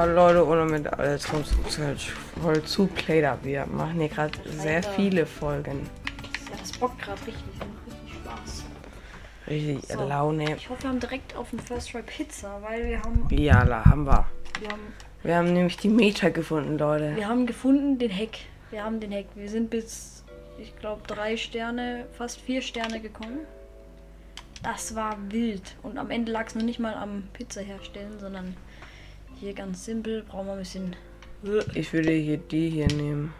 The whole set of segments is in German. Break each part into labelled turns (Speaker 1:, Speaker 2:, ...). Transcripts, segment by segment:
Speaker 1: Hallo Leute, oder mit alles kommst du voll zu Playda. Wir machen hier gerade sehr
Speaker 2: Playda.
Speaker 1: viele Folgen.
Speaker 2: Ja, das bockt gerade richtig. Macht richtig Spaß.
Speaker 1: Richtig
Speaker 2: So.
Speaker 1: Laune.
Speaker 2: Ich hoffe, wir haben direkt auf den First Try Pizza, weil wir haben,
Speaker 1: Ja, la haben wir.
Speaker 2: wir haben,
Speaker 1: Wir haben nämlich die Meta gefunden, Leute.
Speaker 2: wir haben gefunden den Hack. Wir haben den Hack. Wir sind bis, ich glaube, drei Sterne, fast vier Sterne gekommen. Das war wild. Und am Ende lag es noch nicht mal am Pizza herstellen, sondern hier ganz simpel. Brauchen wir ein bisschen
Speaker 1: Ich würde hier die hier nehmen.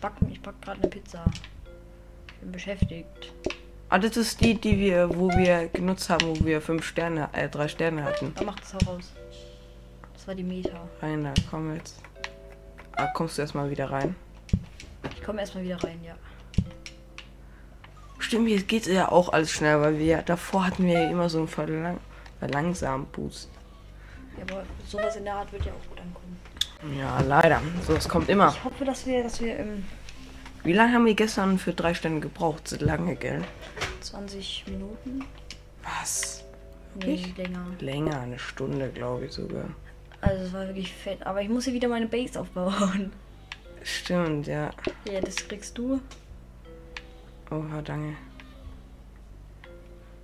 Speaker 2: backen. Ich backe gerade eine Pizza. Ich bin beschäftigt.
Speaker 1: Ah, das ist die, die wir, wo wir genutzt haben, wo wir fünf Sterne, äh, drei Sterne hatten.
Speaker 2: Da macht es heraus. Das war die Meta.
Speaker 1: Rainer, komm jetzt. Ah, kommst du erstmal wieder rein?
Speaker 2: Ich komme erstmal wieder rein, ja.
Speaker 1: Stimmt, jetzt geht's ja auch alles schnell, weil wir davor hatten wir ja immer so einen verlang verlangsamen Boost.
Speaker 2: Ja, aber sowas in der Art wird ja auch gut ankommen.
Speaker 1: Ja, leider. So, das kommt immer.
Speaker 2: Ich hoffe, dass wir, dass wir ähm,
Speaker 1: Wie lange haben wir gestern für drei Stunden gebraucht? Sind lange, gell?
Speaker 2: 20 Minuten
Speaker 1: Was?
Speaker 2: nee,
Speaker 1: Wirklich?
Speaker 2: länger.
Speaker 1: Länger, eine Stunde, glaube ich sogar.
Speaker 2: Also es war wirklich fett. Aber ich muss hier wieder meine Base aufbauen.
Speaker 1: Stimmt, ja. Oh,
Speaker 2: Ja, das kriegst du.
Speaker 1: Oha, danke.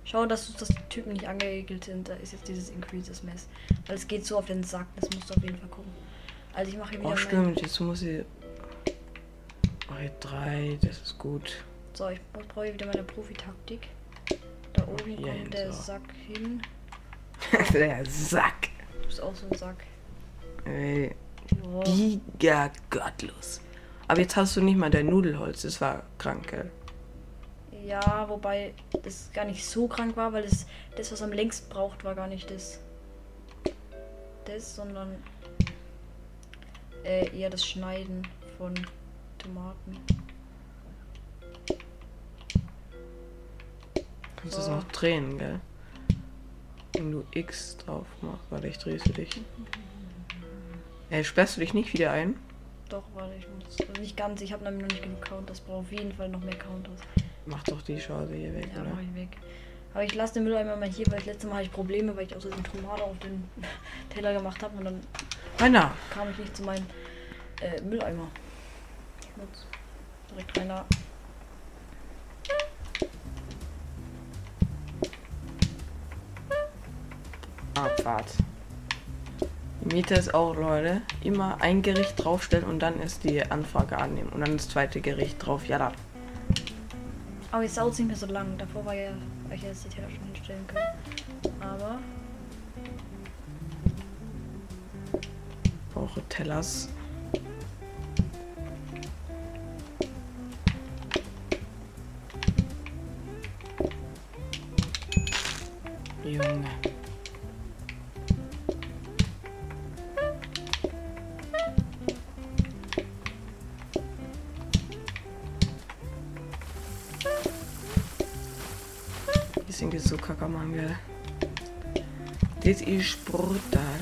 Speaker 2: Schau, dass du das die Typen nicht angeekelt sind. Da ist jetzt dieses Increases Mess. Weil es geht so auf den Sack. Das musst du auf jeden Fall gucken. Also ich mache hier wieder.
Speaker 1: Oh,
Speaker 2: mein-
Speaker 1: stimmt, jetzt muss ich. Oh, hier drei, das ist gut.
Speaker 2: So, ich muss- brauche hier wieder meine Profi-Taktik. Da oben
Speaker 1: hier hin,
Speaker 2: kommt der
Speaker 1: so.
Speaker 2: Sack hin.
Speaker 1: Der Sack.
Speaker 2: Du bist auch so ein Sack.
Speaker 1: Ey,
Speaker 2: Ja.
Speaker 1: Giga gottlos. Aber jetzt hast du nicht mal dein Nudelholz, das war krank, gell?
Speaker 2: Ja, wobei das gar nicht so krank war, weil das, das was am längsten braucht, war gar nicht das. Das, sondern äh, eher das Schneiden von Tomaten.
Speaker 1: Kannst du es
Speaker 2: So.
Speaker 1: noch drehen, gell? Wenn du X drauf machst, warte, ich dreh's für dich. Ey, sperrst du dich nicht wieder ein?
Speaker 2: Doch, warte, ich muss. Also nicht ganz, ich habe nämlich noch nicht genug Counters. Brauche auf jeden Fall noch mehr Counters.
Speaker 1: Mach doch die Schale hier weg,
Speaker 2: Ja,
Speaker 1: oder?
Speaker 2: mach ich weg. Aber ich lasse den Mülleimer mal hier, weil das letzte Mal hatte ich Probleme, weil ich auch so eine Tomate auf den Teller gemacht habe und dann
Speaker 1: Rainer,
Speaker 2: kam ich nicht zu meinem äh, Mülleimer. Ich muss direkt einer.
Speaker 1: Abfahrt. Die Miete ist auch, Leute, immer ein Gericht draufstellen und dann ist die Anfrage annehmen. Und dann das zweite Gericht drauf, ja da.
Speaker 2: Aber jetzt dauert es nicht mehr so lang. Davor war ja, weil ich jetzt die Teller schon hinstellen können. Aber
Speaker 1: Brauche Tellers. Junge. Die sind jetzt so kackermangel. Das ist brutal.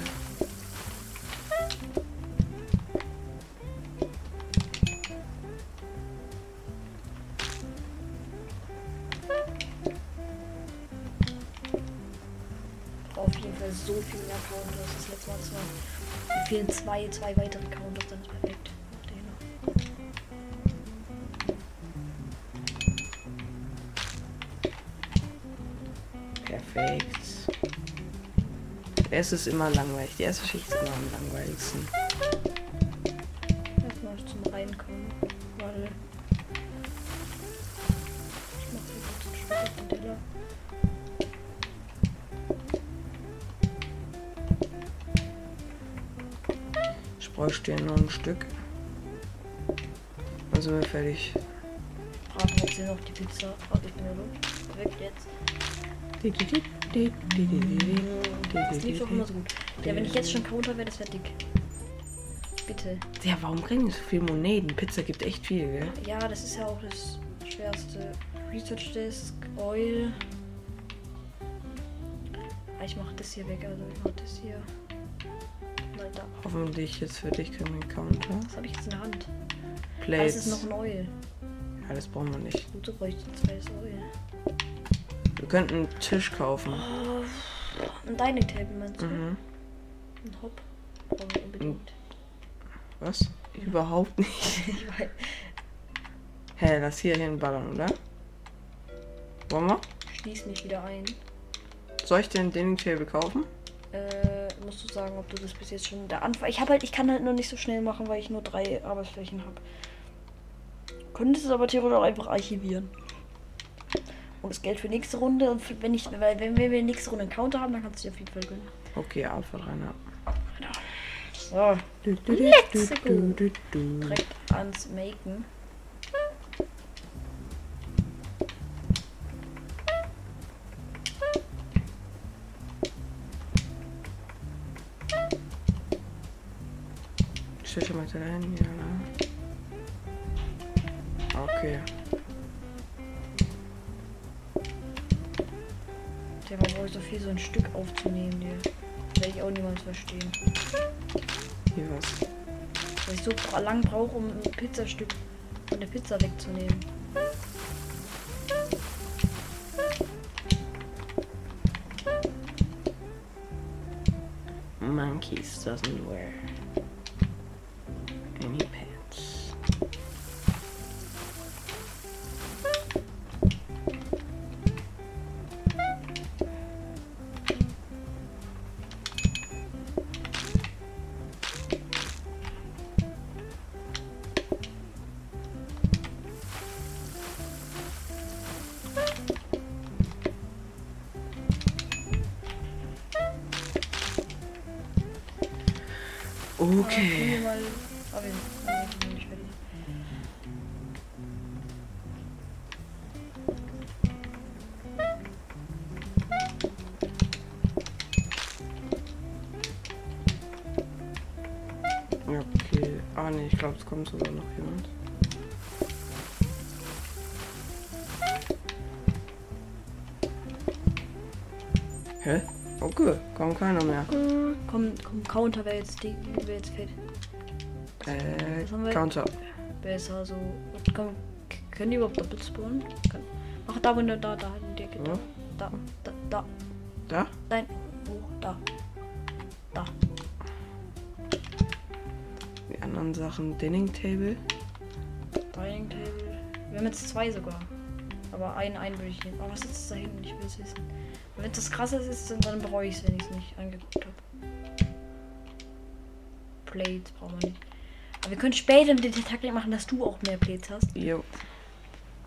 Speaker 2: auf jeden Fall so viel mehr Counters. Das letzte Mal das war. Mir fehlen zwei, zwei weitere Counters, dann ist perfekt. Der hier noch.
Speaker 1: Perfekt. Es ist immer langweilig. Die erste Schicht ist immer am langweiligsten.
Speaker 2: Erstmal zum Reinkommen. Weil. Ich mach hier kurz einen Schluck auf den Teller.
Speaker 1: Ich bräuchte hier noch ein Stück. Dann sind wir fertig.
Speaker 2: Braten jetzt hier Ah, noch die Pizza. Warte, ich bin ja los. Weg jetzt. Das lief doch immer so gut. Ja, wenn ich jetzt schon Counter wäre, das wäre dick. Bitte.
Speaker 1: Ja, warum kriegen die so viel Moneten? Pizza gibt echt viel, gell?
Speaker 2: Ja, das ist ja auch das schwerste. Research Disk, Oil. Ah, Ich mache das hier weg, also ich mache das hier. Mal da.
Speaker 1: Hoffentlich jetzt für dich keinen Counter.
Speaker 2: Was habe ich jetzt in der Hand? Ah, Das
Speaker 1: Plates.
Speaker 2: ist noch ein Oil.
Speaker 1: Ja, das brauchen wir nicht.
Speaker 2: Wozu brauche ich ein zweites Oil? Oh.
Speaker 1: Wir könnten einen Tisch kaufen.
Speaker 2: Ah, Ein Dining Table meinst du?
Speaker 1: Mhm.
Speaker 2: Ein Hop. Brauchen wir unbedingt.
Speaker 1: Was? Überhaupt nicht.
Speaker 2: Ich weiß.
Speaker 1: Hä, lass hier hinballern, oder? Wollen wir?
Speaker 2: Schließ mich wieder ein.
Speaker 1: Soll ich den Dining Table kaufen?
Speaker 2: Äh, musst du sagen, ob du das bis jetzt schon da anfang. Ich habe halt, ich kann halt nur nicht so schnell machen, weil ich nur drei Arbeitsflächen habe. Könntest es aber theoretisch auch einfach archivieren. Und das Geld für nächste Runde und für, wenn ich, weil wenn wir wenn wir nächste Runde einen Counter haben, dann kannst du dir auf jeden Fall gönnen.
Speaker 1: Okay, Alpha rein.
Speaker 2: So,
Speaker 1: Let's
Speaker 2: go. direkt ans Maken.
Speaker 1: Stell schon mal rein, ja. Okay.
Speaker 2: Der war wohl so viel, so ein Stück aufzunehmen, der. Werde ich auch niemals verstehen.
Speaker 1: Hier was.
Speaker 2: Weil ich so bra- lang brauche, um ein Pizzastück von der Pizza wegzunehmen.
Speaker 1: Monkeys doesn't wear any pants.
Speaker 2: Ja,
Speaker 1: Okay.
Speaker 2: können wir mal. Aber wir sind noch nicht fertig.
Speaker 1: Ja, okay. Ah ne, ich glaube, es kommt sogar noch jemand. Hä? Okay, kommt keiner mehr.
Speaker 2: Komm, komm, Counter wäre jetzt die, die wäre jetzt fett.
Speaker 1: Äh,
Speaker 2: Was haben wir?
Speaker 1: Counter.
Speaker 2: Besser so. Und Komm, k- können die überhaupt doppelt spawnen? Kann. Mach da, wo da, da, da, in der Ecke.
Speaker 1: Ja.
Speaker 2: Da, da, da,
Speaker 1: Da?
Speaker 2: nein. Oh, da. Da.
Speaker 1: Die anderen Sachen. Dining Table.
Speaker 2: Dining Table. Wir haben jetzt zwei sogar. Aber einen, einen würde ich nehmen. Aber was ist da hinten? Ich will es wissen. Und wenn es das krasse ist, dann, dann bereue ich es, wenn ich es nicht angeguckt habe. Plates brauchen wir nicht. Aber wir können später mit der Taktik machen, dass du auch mehr Plates hast.
Speaker 1: Jo.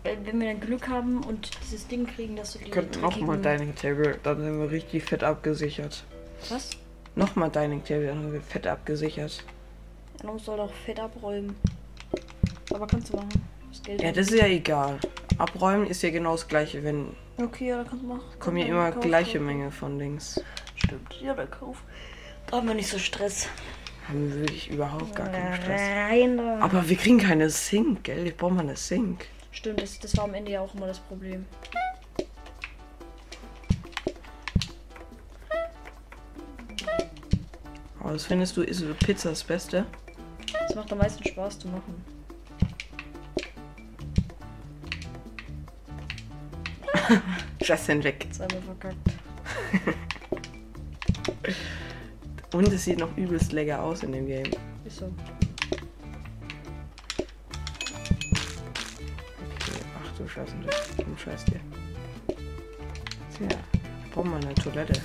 Speaker 2: Weil wenn wir dann Glück haben und dieses Ding kriegen, dass du die
Speaker 1: Wir könnten auch mal
Speaker 2: dreckigen-
Speaker 1: Dining Table. Dann sind wir richtig fett abgesichert.
Speaker 2: Was?
Speaker 1: Nochmal Dining Table, dann sind wir fett abgesichert.
Speaker 2: Dann musst du halt auch fett abräumen. Aber kannst du machen. Das Geld
Speaker 1: Ja,
Speaker 2: hat-
Speaker 1: das ist ja egal. Abräumen ist ja genau das gleiche, wenn
Speaker 2: Okay, ja, dann kannst du machen.
Speaker 1: kommen ja
Speaker 2: Dann
Speaker 1: immer
Speaker 2: kauf-
Speaker 1: gleiche
Speaker 2: kauf-
Speaker 1: Menge von Dings.
Speaker 2: Stimmt, ja, dann kauf. Da haben wir nicht so Stress.
Speaker 1: Haben wir wirklich überhaupt gar keinen Stress. Ah.
Speaker 2: Nein, da-
Speaker 1: Aber wir kriegen keine Sink, gell? Ich brauche mal eine Sink.
Speaker 2: Stimmt, das, das war am Ende ja auch immer das Problem.
Speaker 1: Aber was findest du, ist Pizza das Beste?
Speaker 2: Das macht am meisten Spaß zu machen.
Speaker 1: Justin weg.
Speaker 2: Ist einmal verkackt.
Speaker 1: Und es sieht noch übelst lecker aus in dem Game.
Speaker 2: Ist so.
Speaker 1: Okay, ach du Scheiße, du Scheiß dir. Tja, ich brauche mal eine Toilette.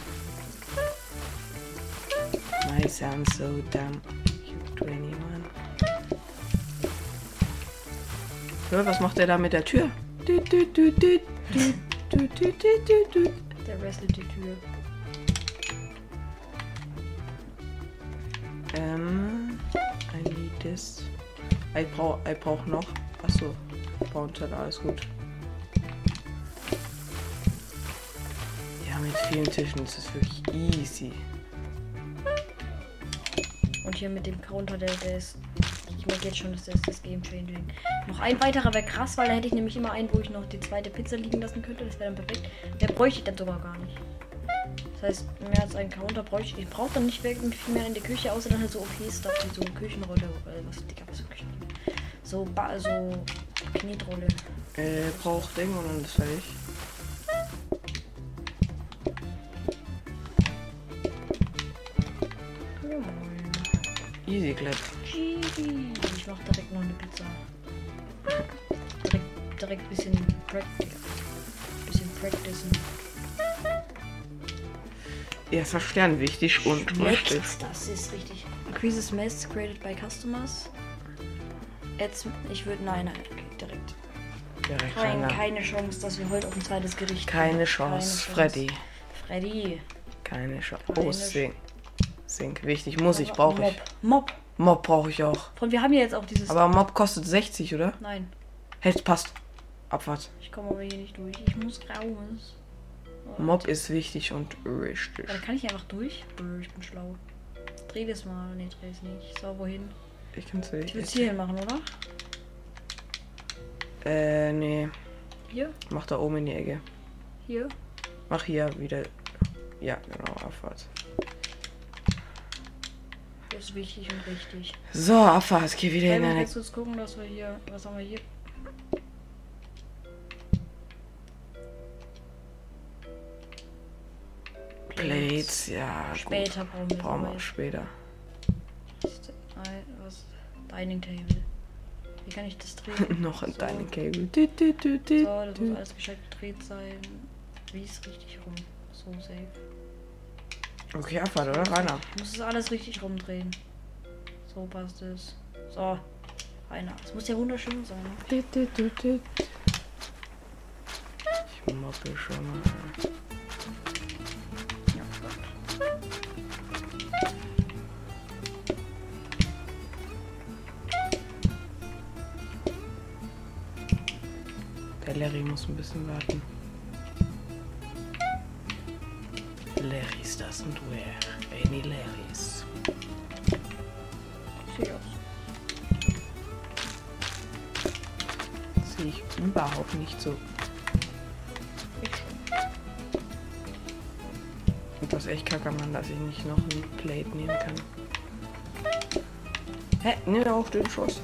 Speaker 1: I sound so dumb, you 21. Hör, was macht der da mit der Tür? Düt, düt, düt, düt, düt, düt, düt, düt, düt, düt.
Speaker 2: Der wrestelt die Tür.
Speaker 1: Ähm, I need this. Ich brauch, ich brauch noch. Achso, Bauenteile, alles gut. Ja, mit vielen Tischen ist es wirklich easy.
Speaker 2: Und hier mit dem Counter, der, der ist. Ich merke jetzt schon, dass das ist das Game Changing. Noch ein weiterer wäre krass, weil da hätte ich nämlich immer einen, wo ich noch die zweite Pizza liegen lassen könnte. Das wäre dann perfekt. Der bräuchte ich dann sogar gar nicht. Das heißt, mehr als einen Counter bräuchte ich. Ich brauche dann nicht wirklich viel mehr in der Küche, außer dann halt so OP-Stuff wie so Küchenrolle. Äh, was, Digga, was für Küchenrolle? So, ba so Knetrolle.
Speaker 1: Äh, brauch Ding und dann ist fertig.
Speaker 2: Äh,
Speaker 1: Easy Clap.
Speaker 2: Cheesy. Ich mach direkt noch eine Pizza. Direkt, direkt bisschen Practice. Bisschen Practicen.
Speaker 1: Erster Stern wichtig und richtig.
Speaker 2: Schmeckt's? Das ist richtig. Increases mess created by customers. Jetzt, ich würde, nein, nein, okay, direkt.
Speaker 1: Äh, Direkt
Speaker 2: Kein,
Speaker 1: rein.
Speaker 2: keine Chance, dass wir heute auf ein zweites Gericht
Speaker 1: Keine
Speaker 2: kommen.
Speaker 1: Chance,
Speaker 2: Keine
Speaker 1: Freddy.
Speaker 2: Freddy.
Speaker 1: Keine Chance.
Speaker 2: Keine
Speaker 1: Oh, Sink. Sink, wichtig. Muss ich, brauche
Speaker 2: Mob.
Speaker 1: ich.
Speaker 2: Mob.
Speaker 1: Mob brauche ich auch.
Speaker 2: Von wir haben ja jetzt auch dieses.
Speaker 1: Aber Mob kostet 60, oder?
Speaker 2: nein,
Speaker 1: Hey, es passt. Abfahrt.
Speaker 2: ich komme aber hier nicht durch. Ich muss raus. Oh,
Speaker 1: Mob ist wichtig und richtig.
Speaker 2: Da kann ich einfach durch. Brr, Ich bin schlau. Dreh das mal. Nee, dreh es nicht. So, wohin?
Speaker 1: Ich kann's
Speaker 2: Ich will es
Speaker 1: nicht.
Speaker 2: hier hin machen, oder?
Speaker 1: Äh, nee.
Speaker 2: Hier?
Speaker 1: Mach da oben in die Ecke.
Speaker 2: Hier?
Speaker 1: Mach hier wieder. Ja, genau, Abfahrt.
Speaker 2: Das ist wichtig und richtig.
Speaker 1: So, Abfahrt, geh wieder in
Speaker 2: Hey,
Speaker 1: deine.
Speaker 2: jetzt kurz gucken, dass wir hier. Was haben wir hier?
Speaker 1: Plates, ja. Gut.
Speaker 2: Später brauchen wir das
Speaker 1: Brauchen
Speaker 2: aber
Speaker 1: wir später.
Speaker 2: jetzt. Ein- Was? Dining Table. Wie kann ich das drehen?
Speaker 1: Noch in
Speaker 2: So.
Speaker 1: deinen Cable. Du, du, du,
Speaker 2: So,
Speaker 1: du,
Speaker 2: das muss
Speaker 1: du.
Speaker 2: alles gescheit gedreht sein. Wie ist richtig rum? So safe.
Speaker 1: Okay, Abfahrt, oder? Rainer.
Speaker 2: Ich muss das alles richtig rumdrehen. So passt es. So. Rainer. Es muss ja wunderschön sein. ne?
Speaker 1: Du, du, du, du. Ich moppe schon mal.
Speaker 2: Ja, gut.
Speaker 1: Der Larry muss ein bisschen warten. Larry's doesn't wear any Larry's.
Speaker 2: Sieht aus.
Speaker 1: Sehe ich überhaupt nicht so.
Speaker 2: Ich schon.
Speaker 1: Und das ist echt kacke, Mann, dass ich nicht noch ein Plate nehmen kann. Hä? Nimm doch auch den Schuss.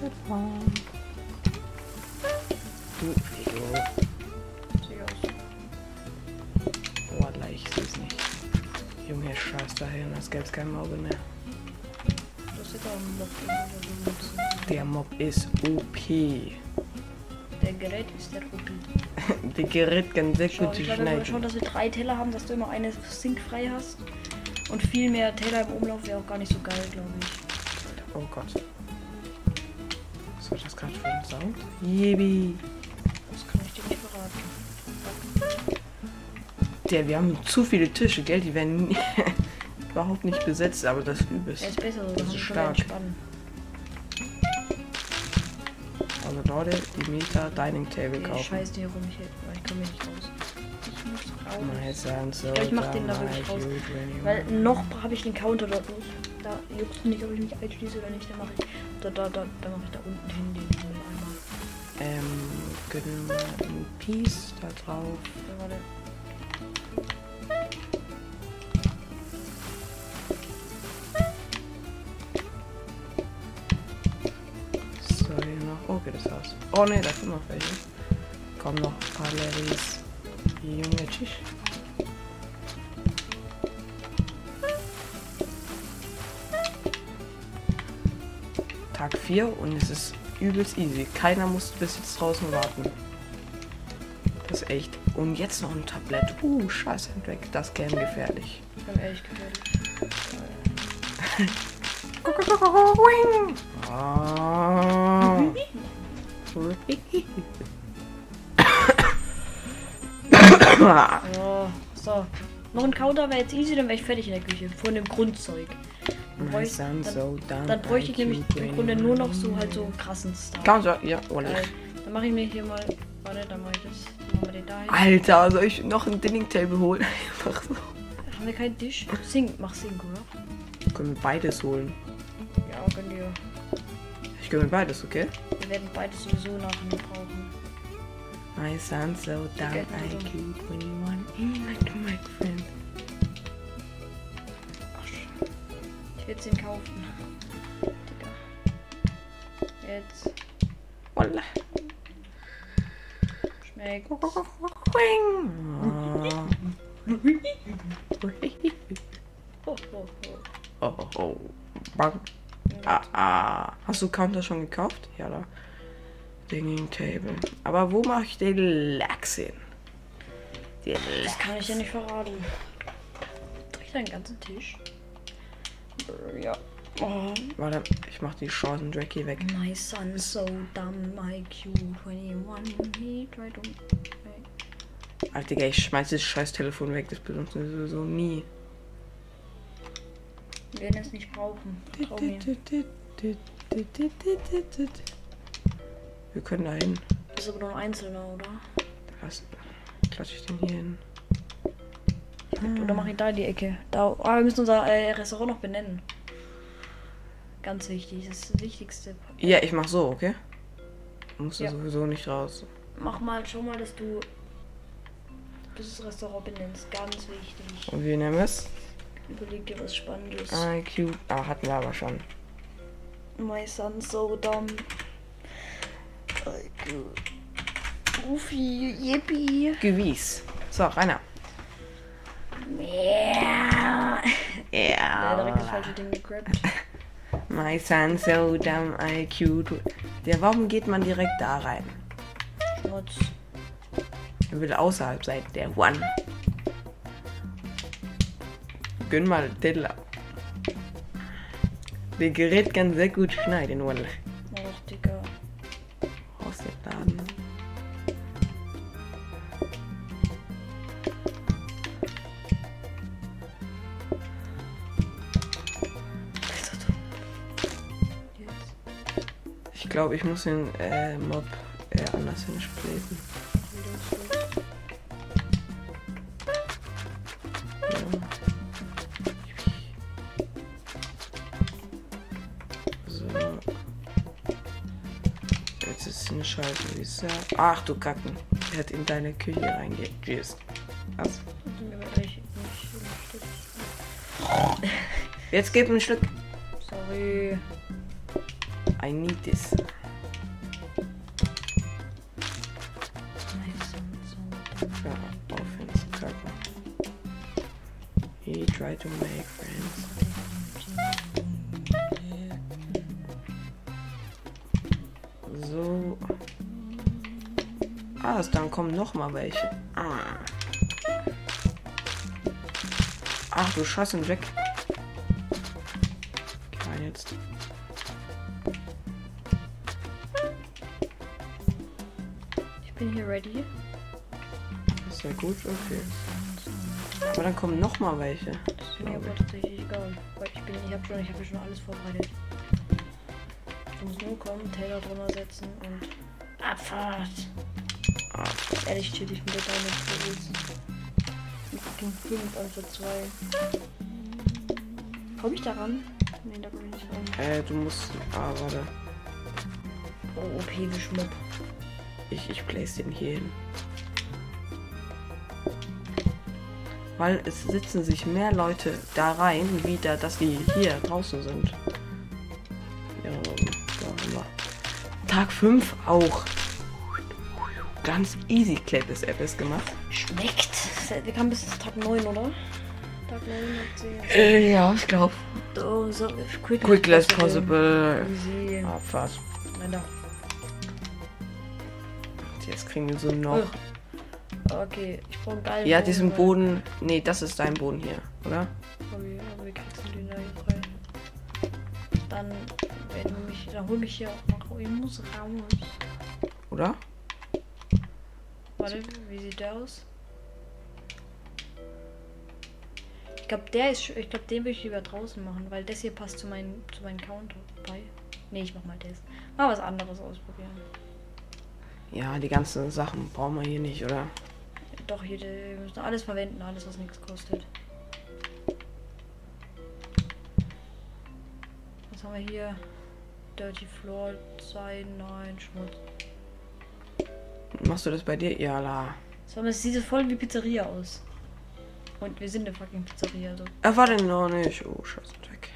Speaker 1: Du Figo.
Speaker 2: Sieht aus.
Speaker 1: Boah, gleich ich seh's nicht. Junge, scheiß dahin, als gäb's kein Auge mehr.
Speaker 2: Das sieht auch noch irgendwie so
Speaker 1: Der Mob ist OP.
Speaker 2: aus. Der Gerät ist der OP.
Speaker 1: Der Gerät kann sehr
Speaker 2: Schau,
Speaker 1: gut
Speaker 2: ich glaube, wir schon,
Speaker 1: schneiden.
Speaker 2: dass wir drei Teller haben, dass du immer eine Sink frei hast. Und viel mehr Teller im Umlauf wäre auch gar nicht so geil, glaube ich.
Speaker 1: Oh Gott. Was war das gerade für ein Sound? Yibi.
Speaker 2: Das kann ich dir nicht verraten.
Speaker 1: Der, wir haben zu viele Tische, gell? Die werden nie- überhaupt nicht besetzt, aber das übelst.
Speaker 2: Er ist besser, so
Speaker 1: Das
Speaker 2: kann
Speaker 1: ist
Speaker 2: ich schon mal
Speaker 1: stark.
Speaker 2: entspannen.
Speaker 1: Also Leute, die Meta Dining Table
Speaker 2: Okay,
Speaker 1: kaufen.
Speaker 2: scheiß dir rum, ich, ich komme hier nicht raus. Ich muss raus.
Speaker 1: My son, so
Speaker 2: ich mach den da
Speaker 1: damn
Speaker 2: wirklich
Speaker 1: like
Speaker 2: raus.
Speaker 1: you when you-
Speaker 2: Weil noch habe ich den Counter dort nicht. Da juckt nicht, ob ich mich einschließe oder nicht. Da mache ich da, da, da, da mache ich da unten hin den Mülleimer.
Speaker 1: Ähm, können wir ein Piece da drauf.
Speaker 2: Ja, warte.
Speaker 1: So, hier noch. Okay, das war's. Oh ne, da sind noch welche. Kommen noch ein paar Larrys. Junge, tschüss. Tag 4 und es ist übelst easy. Keiner muss bis jetzt draußen warten. Das ist echt. Und jetzt noch ein Tablett. Uh, scheiße, hinweg. Das käme gefährlich.
Speaker 2: Ich bin ehrlich gefährlich.
Speaker 1: Wing! Ah.
Speaker 2: Oh, so. Noch ein Counter wäre jetzt easy, dann wäre ich fertig in der Küche. Von dem Grundzeug. Dann
Speaker 1: My
Speaker 2: bräuchte,
Speaker 1: son,
Speaker 2: dann,
Speaker 1: so dumb,
Speaker 2: dann bräuchte ich
Speaker 1: I
Speaker 2: nämlich
Speaker 1: keep
Speaker 2: im Grunde
Speaker 1: winning.
Speaker 2: nur noch Äh, so halt so krassen Stuff.
Speaker 1: Counter, ja, Olli.
Speaker 2: Geil. Dann mache ich mir hier mal. Warte, dann mache ich das. Dann machen wir den da hin.
Speaker 1: Ah. Alter, soll ich noch ein Dinning Table holen? Einfach so.
Speaker 2: Haben wir keinen Tisch? Sing, mach Sing, oder?
Speaker 1: Können wir beides holen?
Speaker 2: Ja, könnt ihr.
Speaker 1: Ich gönne mir beides, okay?
Speaker 2: Wir werden beides sowieso nachher brauchen.
Speaker 1: My son, so dumb,
Speaker 2: Okay. also.
Speaker 1: I keep winning one. Like my friend.
Speaker 2: Ach, sch- ich will den kaufen. Digga. Jetzt
Speaker 1: Olli.
Speaker 2: schmeckt.
Speaker 1: Wing.
Speaker 2: Oh, oh, oh.
Speaker 1: Oh, oh, oh. Bang. Ah, ah. Hast du Counter schon gekauft? Ja, da. Dinging Table. Aber wo mache ich den Lack hin? Den
Speaker 2: Das
Speaker 1: Lack.
Speaker 2: kann ich dir nicht verraten. Durch deinen ganzen Tisch. Brr, Ja. Oh,
Speaker 1: Warte, ich mach die Chancen Drake weg.
Speaker 2: my son so dumb, IQ 21. He tried to...
Speaker 1: Alter, Digga, ich schmeiß das scheiß Telefon weg. Das benutzen wir sowieso nie.
Speaker 2: Wir werden es nicht brauchen. Trau mir.
Speaker 1: Wir können da hin.
Speaker 2: Das ist aber nur ein Einzelner, oder?
Speaker 1: Was klatsche ich denn hier hin? Hm.
Speaker 2: Oder mach ich da die Ecke? Da, ah, wir müssen unser äh, Restaurant noch benennen. Ganz wichtig, das ist das Wichtigste.
Speaker 1: Ja, ich mach so, okay? Musst du
Speaker 2: Ja.
Speaker 1: sowieso nicht raus.
Speaker 2: Mach mal, schau mal, dass du das Restaurant benennst. Ganz wichtig.
Speaker 1: Und wie nennen wir es?
Speaker 2: Überleg dir was Spannendes.
Speaker 1: IQ. Ah, hatten wir aber schon.
Speaker 2: My son so dumb. uh, Rufi, yippie.
Speaker 1: Gewiss. So, Rainer.
Speaker 2: Yeah. Der hat direkt das
Speaker 1: Ja.
Speaker 2: falsche Ding gegrabt.
Speaker 1: My son so dumb IQ. tw- Ja, warum geht man direkt da rein?
Speaker 2: Trotz.
Speaker 1: Er will außerhalb sein, der One. Gönn mal Diddler. Der Gerät kann sehr gut schneiden, One.
Speaker 2: Och, Digga.
Speaker 1: Aus dem Laden.
Speaker 2: Jetzt.
Speaker 1: Ich glaube, ich muss den äh, Mob äh, anders hinsplitten. Ja. So. Jetzt ist eine Scheiße, wie ist er? Ach du Kacken. Er hat in deine Küche reingejist. Was?
Speaker 2: Sind wir bei euch nicht unterstützt?
Speaker 1: Jetzt gib ein Stück.
Speaker 2: Sorry.
Speaker 1: I need this.
Speaker 2: My son so dumb.
Speaker 1: Ja, aufhören zu kacken. halt He tried to make friends. So. Ah, es- dann kommen noch mal welche. Ah. Ach, du Scheiße, Jack. Geh rein jetzt.
Speaker 2: Ich bin hier ready.
Speaker 1: Ist ja gut, okay. Aber dann kommen noch mal welche.
Speaker 2: Das ist mir
Speaker 1: Glaube
Speaker 2: aber
Speaker 1: ich.
Speaker 2: tatsächlich egal. Weil ich bin, ich habe schon, ich habe schon alles vorbereitet. Du musst nur kommen, Taylor drunter setzen und Abfahrt.
Speaker 1: Ah,
Speaker 2: Ehrlich chill ich mit der Dame Kugels. Ich ging 5 anstatt 2. Komm ich daran? Nee, da komm ich nicht ran.
Speaker 1: äh, du musst. Ah, warte.
Speaker 2: Oh, OP geschmupp.
Speaker 1: Ich, ich place den hier hin. Weil es sitzen sich mehr Leute da rein, wie da, dass die hier draußen sind. Ja, da haben wir. Tag 5 auch. Ganz easy Clap ist App ist gemacht.
Speaker 2: Schmeckt. Wir kamen bis Tag 9, oder? Tag 9 hat sie.
Speaker 1: Äh, ja, ich glaube.
Speaker 2: Oh, so, quick,
Speaker 1: Quick as possible. Ah.
Speaker 2: Easy.
Speaker 1: Abfahrt.
Speaker 2: Nein, da.
Speaker 1: Jetzt kriegen wir so noch.
Speaker 2: Okay, ich brauche einen geilen
Speaker 1: Ja, diesen
Speaker 2: Boden.
Speaker 1: Boden. Nee, das ist dein Boden hier, oder?
Speaker 2: Aber wir, aber wir kriegen den da jetzt rein. Dann werden wir mich, dann hol mich hier auch noch. Ich muss raus.
Speaker 1: Oder?
Speaker 2: Warte, wie sieht der aus? Ich glaube, der ist, sch- ich glaube, den will ich lieber draußen machen, weil das hier passt zu meinem, zu meinem Counter. Bei. Nee, ich mach mal das. Mal was anderes ausprobieren.
Speaker 1: Ja, die ganzen Sachen brauchen wir hier nicht, oder?
Speaker 2: Doch, hier, wir müssen alles verwenden, alles, was nichts kostet. Was haben wir hier? Dirty Floor, sein, nein, Schmutz.
Speaker 1: Machst du das bei dir? Ja, la.
Speaker 2: So, aber es sieht so voll wie Pizzeria aus. Und wir sind eine fucking Pizzeria, also.
Speaker 1: Er war denn noch nicht. Oh, scheiße, weg.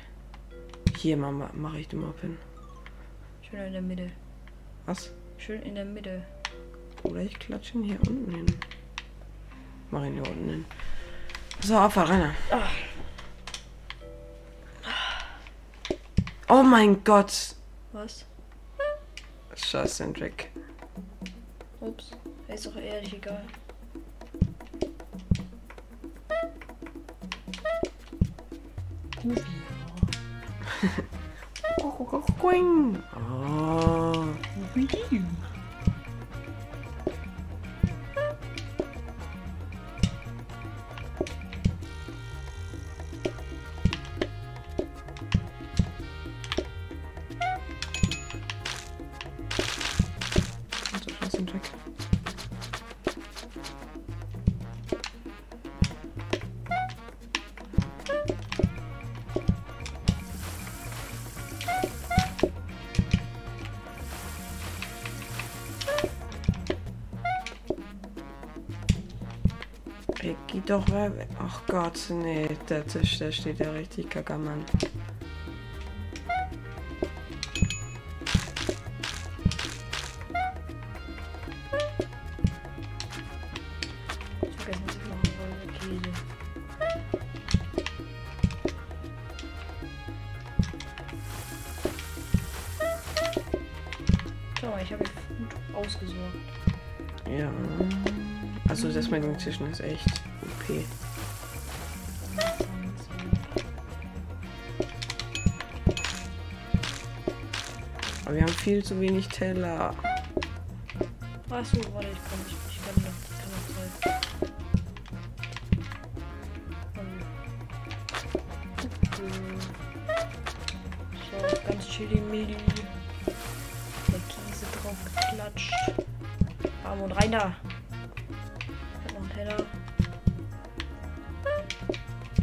Speaker 1: Hier mache mach ich den Mob hin.
Speaker 2: Schön in der Mitte.
Speaker 1: Was?
Speaker 2: Schön in der Mitte.
Speaker 1: Oder ich klatsche ihn hier unten hin. Mach ihn hier unten hin. So, Abfahrt, Rainer. Oh mein Gott.
Speaker 2: Was?
Speaker 1: Scheiße, sind weg.
Speaker 2: Ups. Ist doch ehrlich egal.
Speaker 1: Quing. Oh. Also, Scheiße, sind weg. Ey, geh doch mal weg. Ach Gott, nee, der Tisch, der steht ja richtig kackermann.
Speaker 2: Ich vergesse, was ich machen wollte. Käse. Schau mal, ich habe gut ausgesorgt.
Speaker 1: Ja. Also das mit dem Tischen ist echt OP. Aber wir haben viel zu wenig Teller.
Speaker 2: Achso, warte, ich komm, ich, ich kann noch, ich kann noch zwei. Ähm, okay. So, ganz chili-mili. Der Käse drauf geklatscht. Bam und rein da. Ich hab noch einen Teller.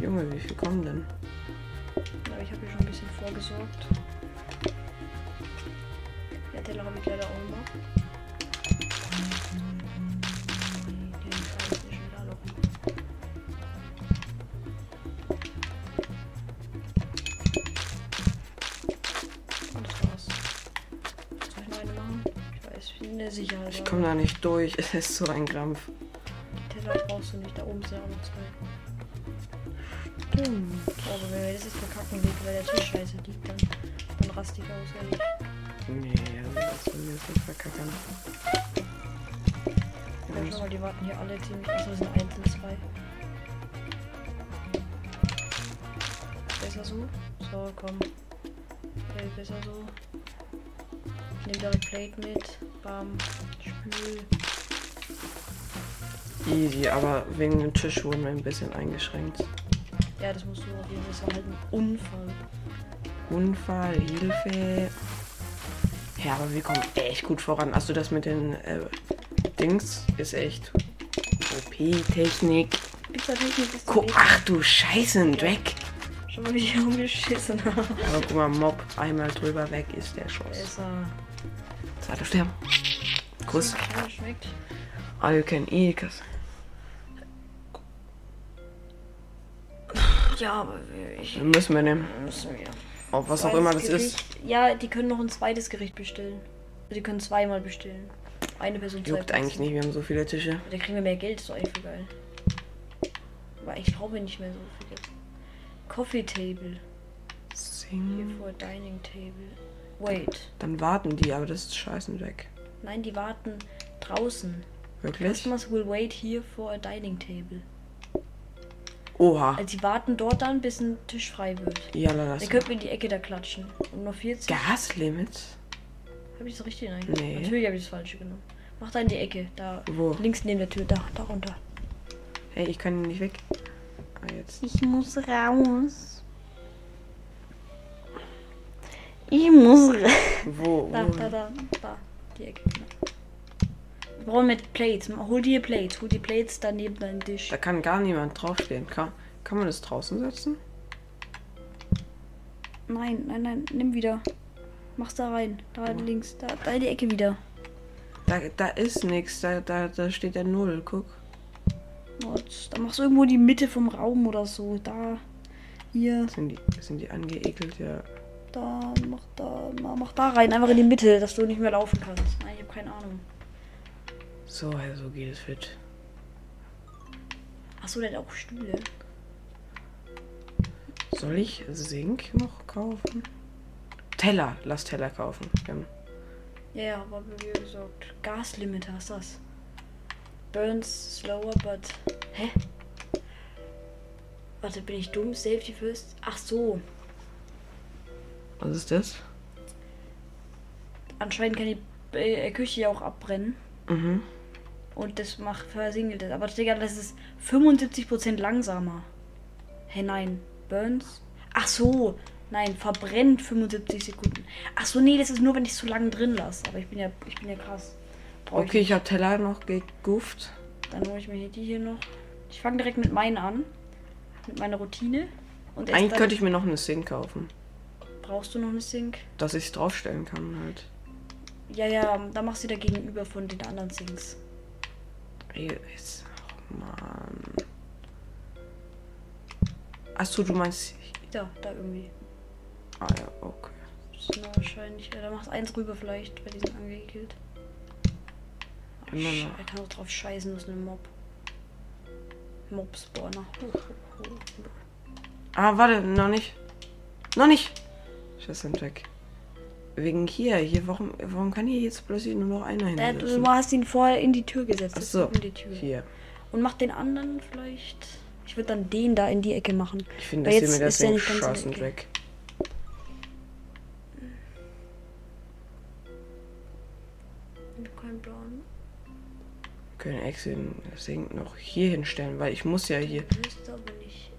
Speaker 1: Junge, wie viel kommen denn?
Speaker 2: Aber ich habe hier schon ein bisschen vorgesorgt. Der Teller habe ich leider auch gemacht. Den kann ich nicht wieder locken. Und das war's. Soll ich noch eine machen? Ich weiß, ich bin mir sicher.
Speaker 1: Ich
Speaker 2: aber
Speaker 1: komme da nicht durch. Es ist so ein Krampf.
Speaker 2: die Teller brauchst du nicht, da oben sind ja auch noch zwei. Oh, aber wenn wir das jetzt verkacken, wird, weil der Tisch scheiße liegt, dann, dann rastig aus, ehrlich.
Speaker 1: Nee, also das will ich jetzt nicht verkackern.
Speaker 2: Ja, schau mal, die warten hier alle ziemlich. Achso, das sind einzeln zwei. Besser so? So, komm. Äh, besser so. Nimm deine Plate mit. Bam. Spül.
Speaker 1: Easy, aber wegen dem Tisch wurden wir ein bisschen eingeschränkt.
Speaker 2: Ja, das musst du auf jeden Fall so halten. Unfall.
Speaker 1: Unfall, Hilfe. Ja, aber wir kommen echt gut voran. Also das mit den äh, Dings ist echt OP-Technik.
Speaker 2: Pizza-Technik ist
Speaker 1: Guck, ach du Scheiße, ein Dreck.
Speaker 2: Schon mal, wie ich umgeschissen habe.
Speaker 1: Aber guck mal, Mob, einmal drüber weg ist der Schuss.
Speaker 2: Besser.
Speaker 1: Zweiter Stern. Kuss.
Speaker 2: Ja, schmeckt.
Speaker 1: All Ah, you can eat. Kuss.
Speaker 2: Ja, aber wir- ich
Speaker 1: Den müssen wir nehmen.
Speaker 2: müssen wir.
Speaker 1: Ob was auch immer das
Speaker 2: Zweites
Speaker 1: ist.
Speaker 2: Gericht. Ja, die können noch ein zweites Gericht bestellen. Also Die können zweimal bestellen. Eine Person zwei
Speaker 1: Juckt eigentlich
Speaker 2: Pizzen.
Speaker 1: nicht, wir haben so viele Tische.
Speaker 2: Da kriegen wir mehr Geld, ist doch eigentlich voll geil. Aber ich brauche nicht mehr so viel Geld. Coffee Table. Hier
Speaker 1: Sing.
Speaker 2: vor Dining Table. Wait.
Speaker 1: Dann warten die, aber das ist scheißen weg.
Speaker 2: Nein, die warten draußen.
Speaker 1: Wirklich?
Speaker 2: Customers will wait here for a dining table.
Speaker 1: Oha.
Speaker 2: Also sie warten dort dann, bis ein Tisch frei wird.
Speaker 1: Ja, lass.
Speaker 2: Dann könnten wir in die Ecke da klatschen. Und noch 40.
Speaker 1: Gaslimit?
Speaker 2: Habe ich das richtig eigentlich?
Speaker 1: Nee.
Speaker 2: Natürlich habe ich das falsche genommen. Mach da in die Ecke. Da.
Speaker 1: Wo?
Speaker 2: Links neben der Tür. Da, da runter.
Speaker 1: Hey, ich kann nicht weg. Ah, jetzt.
Speaker 3: Ich muss raus. Ich muss raus.
Speaker 1: Wo?
Speaker 2: Da,
Speaker 1: wo?
Speaker 2: da, da, da. Die Ecke. genau. Wir brauchen mit Plates. Hol dir Plates. Hol die Plates daneben deinen Tisch.
Speaker 1: Da kann gar niemand draufstehen. Kann, kann man das draußen setzen?
Speaker 2: Nein, nein, nein. Nimm wieder. Mach's da rein. Da links. Da, da in die Ecke wieder.
Speaker 1: Da, da ist nichts. Da, da, da steht der Null. Guck.
Speaker 2: Und da machst du irgendwo die Mitte vom Raum oder so. Da. Hier.
Speaker 1: Sind die, sind die angeekelt? Ja.
Speaker 2: Da. Mach da. ma- Mach da rein. Einfach in die Mitte, dass du nicht mehr laufen kannst. Nein, ich habe keine Ahnung.
Speaker 1: So, ja, so geht es fit.
Speaker 2: Achso, der hat auch Stühle.
Speaker 1: Soll ich Sink noch kaufen? Teller, lass Teller kaufen. Wir haben-
Speaker 2: Ja, ja, aber wie gesagt, Gaslimit hast das. Burns slower, but. Hä? Warte, bin ich dumm? Safety first? Ach so.
Speaker 1: Was ist das?
Speaker 2: Anscheinend kann die äh, Küche ja auch abbrennen.
Speaker 1: Mhm.
Speaker 2: Und das macht versingelt es. Aber Digga, das ist 75% langsamer. Hä, nein. Burns? Ach so. Nein, verbrennt 75 Sekunden. Ach so, nee, das ist nur, wenn ich es zu lang drin lasse. Aber ich bin ja, ich bin ja krass. Brauch
Speaker 1: Okay, ich
Speaker 2: nicht.
Speaker 1: habe Teller noch gegufft.
Speaker 2: Dann hole ich mir die hier noch. Ich fange direkt mit meinen an. Mit meiner Routine. Und erst
Speaker 1: Eigentlich
Speaker 2: dann
Speaker 1: könnte ich mir noch eine Sink kaufen,
Speaker 2: Brauchst du noch eine Sink?
Speaker 1: dass ich es draufstellen kann halt.
Speaker 2: Ja, ja, da machst du da gegenüber von den anderen Sinks.
Speaker 1: Ey, ist- ach, Mann. Achso, du meinst.
Speaker 2: Da, da irgendwie.
Speaker 1: Ah ja, okay.
Speaker 2: Das ist nur wahrscheinlich. Ja, da machst eins rüber vielleicht, weil die sind angekillt. Ach,
Speaker 1: Immer
Speaker 2: sch-
Speaker 1: noch.
Speaker 2: Er kann auch drauf scheißen, das ist ein Mob. Mob-Spawner.
Speaker 1: Ah, warte, noch nicht. Noch nicht! Scheiße, sind weg. Wegen hier, hier, warum, warum kann hier jetzt plötzlich nur noch einer
Speaker 2: Äh, Du
Speaker 1: hin?
Speaker 2: hast ihn vorher in die Tür gesetzt.
Speaker 1: Ach
Speaker 2: jetzt
Speaker 1: so.
Speaker 2: in die Tür.
Speaker 1: Hier.
Speaker 2: Und mach den anderen vielleicht. Ich würde dann den da in die Ecke machen.
Speaker 1: Ich finde,
Speaker 2: Weil
Speaker 1: das hier
Speaker 2: jetzt
Speaker 1: mir
Speaker 2: ist der
Speaker 1: deswegen
Speaker 2: nicht ganz in der
Speaker 1: scheißen
Speaker 2: Ecke.
Speaker 1: weg.
Speaker 2: Kein blauen.
Speaker 1: Wir können Exim Sink noch hier hinstellen, weil ich muss ja hier
Speaker 2: Ist aber nicht.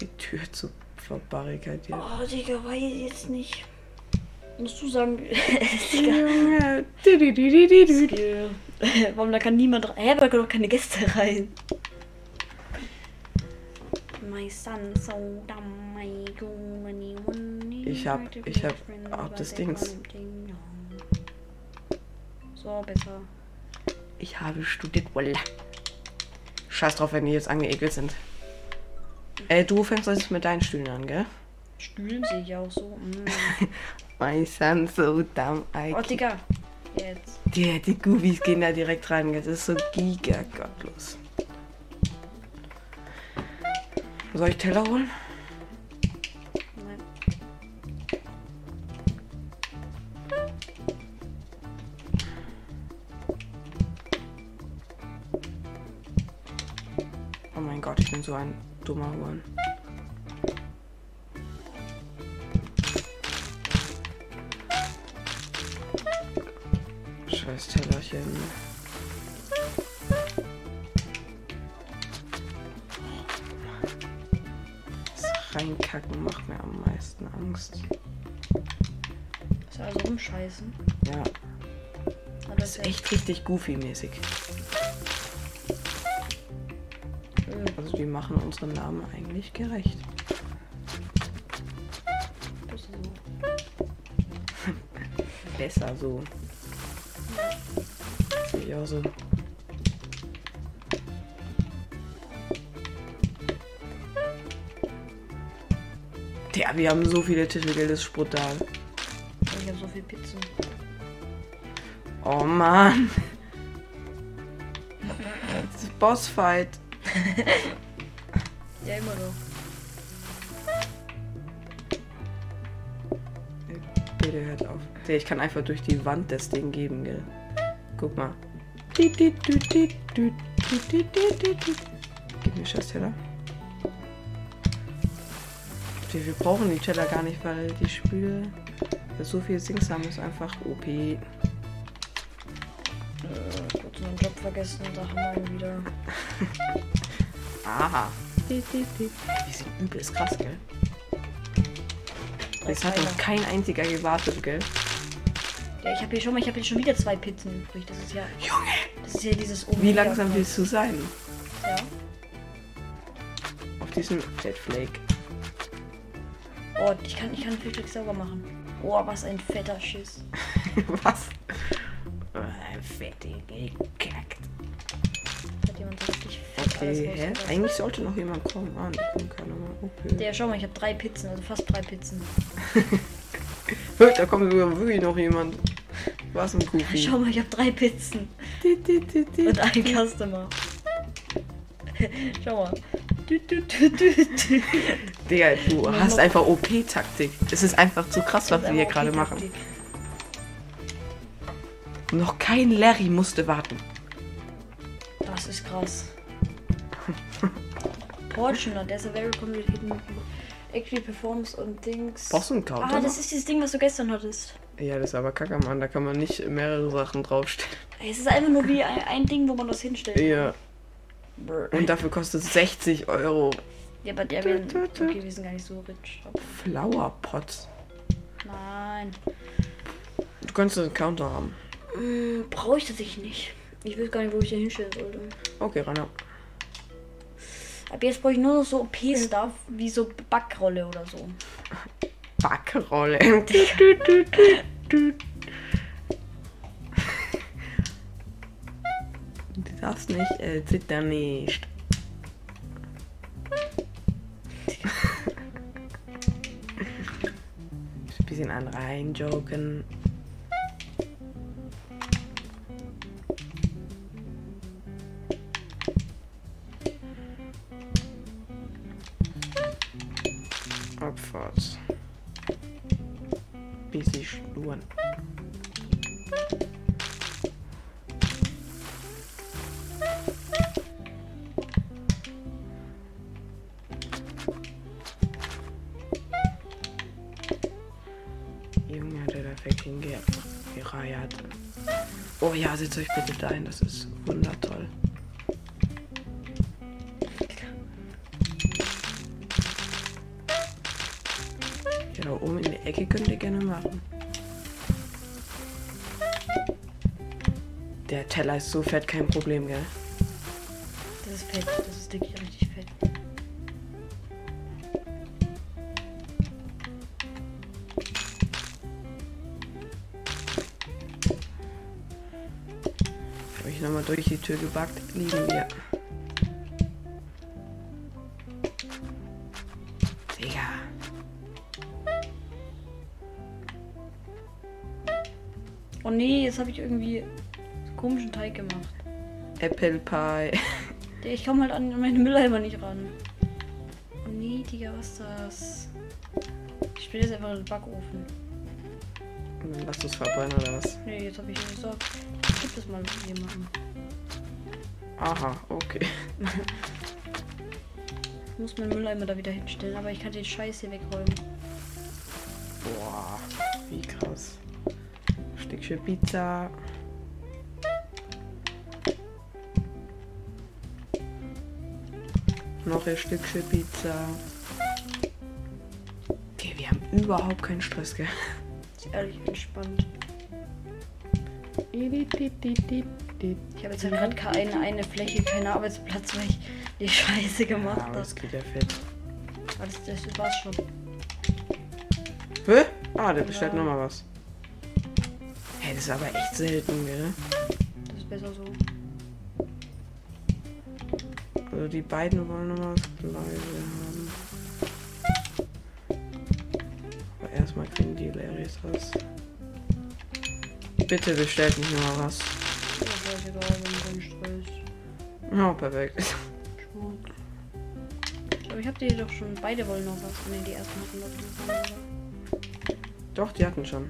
Speaker 1: die Tür zu verbarrikadieren.
Speaker 2: Oh, Digga, weiß ich jetzt nicht. Musst du sagen, Digga.
Speaker 1: Junge. Di, di, di, di, di, di.
Speaker 2: Skill. Warum da kann niemand rein? Hä, da können doch keine Gäste rein. My son so dumb, my Germany one
Speaker 1: Ich hab-
Speaker 2: invited
Speaker 1: ich
Speaker 2: my
Speaker 1: hab-
Speaker 2: friend,
Speaker 1: hab
Speaker 2: but
Speaker 1: das
Speaker 2: they
Speaker 1: Dings.
Speaker 2: call him Ding Dong. So, besser.
Speaker 1: Ich habe studiert, voila. Scheiß drauf, wenn die jetzt angeekelt sind. Äh, du fängst jetzt mit deinen Stühlen an, gell?
Speaker 2: Stühlen sehe ich auch so. Mm.
Speaker 1: My son so dumb, I
Speaker 2: Oh, Digga. Jetzt.
Speaker 1: Die, die Goobies gehen da direkt rein, das ist so giga gottlos. Soll ich Teller holen?
Speaker 2: Nein.
Speaker 1: Oh mein Gott, ich bin so ein dummer Huren. Scheiß Tellerchen. Das Reinkacken macht mir am meisten Angst.
Speaker 2: Ist ja also rumscheißen.
Speaker 1: Ja,
Speaker 2: Aber
Speaker 1: das ist echt richtig goofy-mäßig.
Speaker 2: Schön.
Speaker 1: Also die machen unseren Namen eigentlich gerecht.
Speaker 2: Bisschen so.
Speaker 1: Besser so. Sehe ich auch so. Ja, wir haben so viele Tischelgeld, das ist brutal.
Speaker 2: Ich hab so viel Pizzen.
Speaker 1: Oh Mann. Das ist Bossfight.
Speaker 2: Ja, immer doch.
Speaker 1: Bitte hört auf. Digga, Ich kann einfach durch die Wand das Ding geben, gell? Guck mal. Dit, dit, dit, dit, dit, dit, dit, dit, dit, dit. Gib mir scheiß Teller. Digga, Wir brauchen die Teller gar nicht, weil die Spüle dass so viel Sings haben, ist einfach OP.
Speaker 2: Ich hab so einen Job vergessen, da haben wir ihn wieder.
Speaker 1: Aha. Dit, dit, dit. Die sind übelst krass, gell? Es hat noch kein einziger gewartet, gell?
Speaker 2: Ja, ich habe hier schon mal, ich habe hier schon wieder zwei Pizzen übrig. Das ist ja,
Speaker 1: Junge!
Speaker 2: das ist ja dieses Oben.
Speaker 1: Wie langsam willst du sein?
Speaker 2: Ja.
Speaker 1: Auf diesem Jetflake.
Speaker 2: Oh, ich kann, ich kann Frühstück sauber machen. Oh, was ein fetter Schiss.
Speaker 1: Was? Äh, Fette gekackt.
Speaker 2: Hat jemand so richtig fett
Speaker 1: Okay, hä?
Speaker 2: alles rausgelassen.
Speaker 1: Eigentlich sollte noch jemand kommen. Ah, da kommt keiner mal. Okay.
Speaker 2: Ja, schau mal, ich habe drei Pizzen, also fast drei Pizzen.
Speaker 1: Hö, Da kommt sogar wirklich noch jemand. Was ein Kuchen.
Speaker 2: Schau mal, ich habe drei Pizzen
Speaker 1: Di, di, di, di.
Speaker 2: und ein Customer. schau mal, Dü, dü, dü, dü, dü.
Speaker 1: Digga, du
Speaker 2: Ja,
Speaker 1: hast
Speaker 2: noch-
Speaker 1: einfach OP-Taktik. Es ist einfach zu krass, was wir hier gerade machen. Noch kein Larry musste warten.
Speaker 2: Das ist krass. Fortuner, there's a very complicated movie. Actually performs on things.
Speaker 1: Brauchst du einen Counter?
Speaker 2: Ah, das ist dieses Ding, was du gestern hattest.
Speaker 1: ja, das ist aber kacke, Mann. Da kann man nicht mehrere Sachen draufstellen.
Speaker 2: Ey, Es ist einfach nur wie ein, ein Ding, wo man das hinstellt.
Speaker 1: Ja.
Speaker 2: Brr.
Speaker 1: Und dafür kostet es 60 Euro
Speaker 2: Ja, aber der
Speaker 1: Tü,
Speaker 2: werden.
Speaker 1: tü, tü.
Speaker 2: Okay, wir sind gar nicht so rich. Aber
Speaker 1: Flower Pots.
Speaker 2: nein.
Speaker 1: Du könntest einen Counter haben.
Speaker 2: Hm, Brauche ich tatsächlich nicht. Ich weiß gar nicht, wo ich den hinstellen sollte.
Speaker 1: Okay, Rainer.
Speaker 2: Ab jetzt brauche ich nur noch so OP-Stuff, wie so Backrolle oder so.
Speaker 1: Backrolle. Du, du, du, du, du. Du darfst nicht äh, zittern nicht. Ein bisschen an reinjoken. Abfahrt. Bisschen schluren. Junge, hat er da fucking ge- gereiert. Oh ja, setzt euch bitte da ein, das ist wundertoll. Ja, da oben in der Ecke könnt ihr gerne machen. Der Teller ist so fett, kein Problem, gell?
Speaker 2: Das ist fett. Das ist wirklich richtig fett.
Speaker 1: Habe ich nochmal durch die Tür gebackt, liegen wir. Digga.
Speaker 2: Oh nee, jetzt habe ich irgendwie so komischen Teig gemacht.
Speaker 1: Apple Pie.
Speaker 2: Der- Ich komme halt an meine Mülleimer nicht ran. Oh nee, Digga, was ist das? Ich spiele jetzt einfach in den Backofen.
Speaker 1: Und dann Hm, lass du's verbrennen oder was?
Speaker 2: Nee, jetzt habe ich gesagt, gib das mal jemandem.
Speaker 1: Aha, okay.
Speaker 2: Ich muss meinen Mülleimer da wieder hinstellen, aber ich kann den Scheiß hier wegräumen.
Speaker 1: Boah, wie krass. Stückchen Pizza. Noch ein Stückchen Pizza. Okay, wir haben überhaupt keinen Stress, gell?
Speaker 2: Ist ehrlich entspannt. Ich habe jetzt halt gerade keine eine Fläche, keinen Arbeitsplatz, weil ich die Scheiße gemacht
Speaker 1: Ja, aber Genau,
Speaker 2: habe.
Speaker 1: das geht ja fett.
Speaker 2: Aber das, das war's schon.
Speaker 1: Hä? Ah, der bestellt
Speaker 2: Ja.
Speaker 1: nochmal was. Hä, das ist aber echt selten, gell?
Speaker 2: Das ist besser so.
Speaker 1: Also die beiden wollen nochmal das gleiche haben. Aber erstmal kriegen die Larrys was. Bitte bestellt nicht nochmal was.
Speaker 2: Ja, scheißegal, wenn ich keinen Stress.
Speaker 1: Ja, Oh, perfekt.
Speaker 2: Aber ich hab die doch schon, beide wollen noch was. Ne, die ersten hatten noch was.
Speaker 1: Doch, die hatten schon.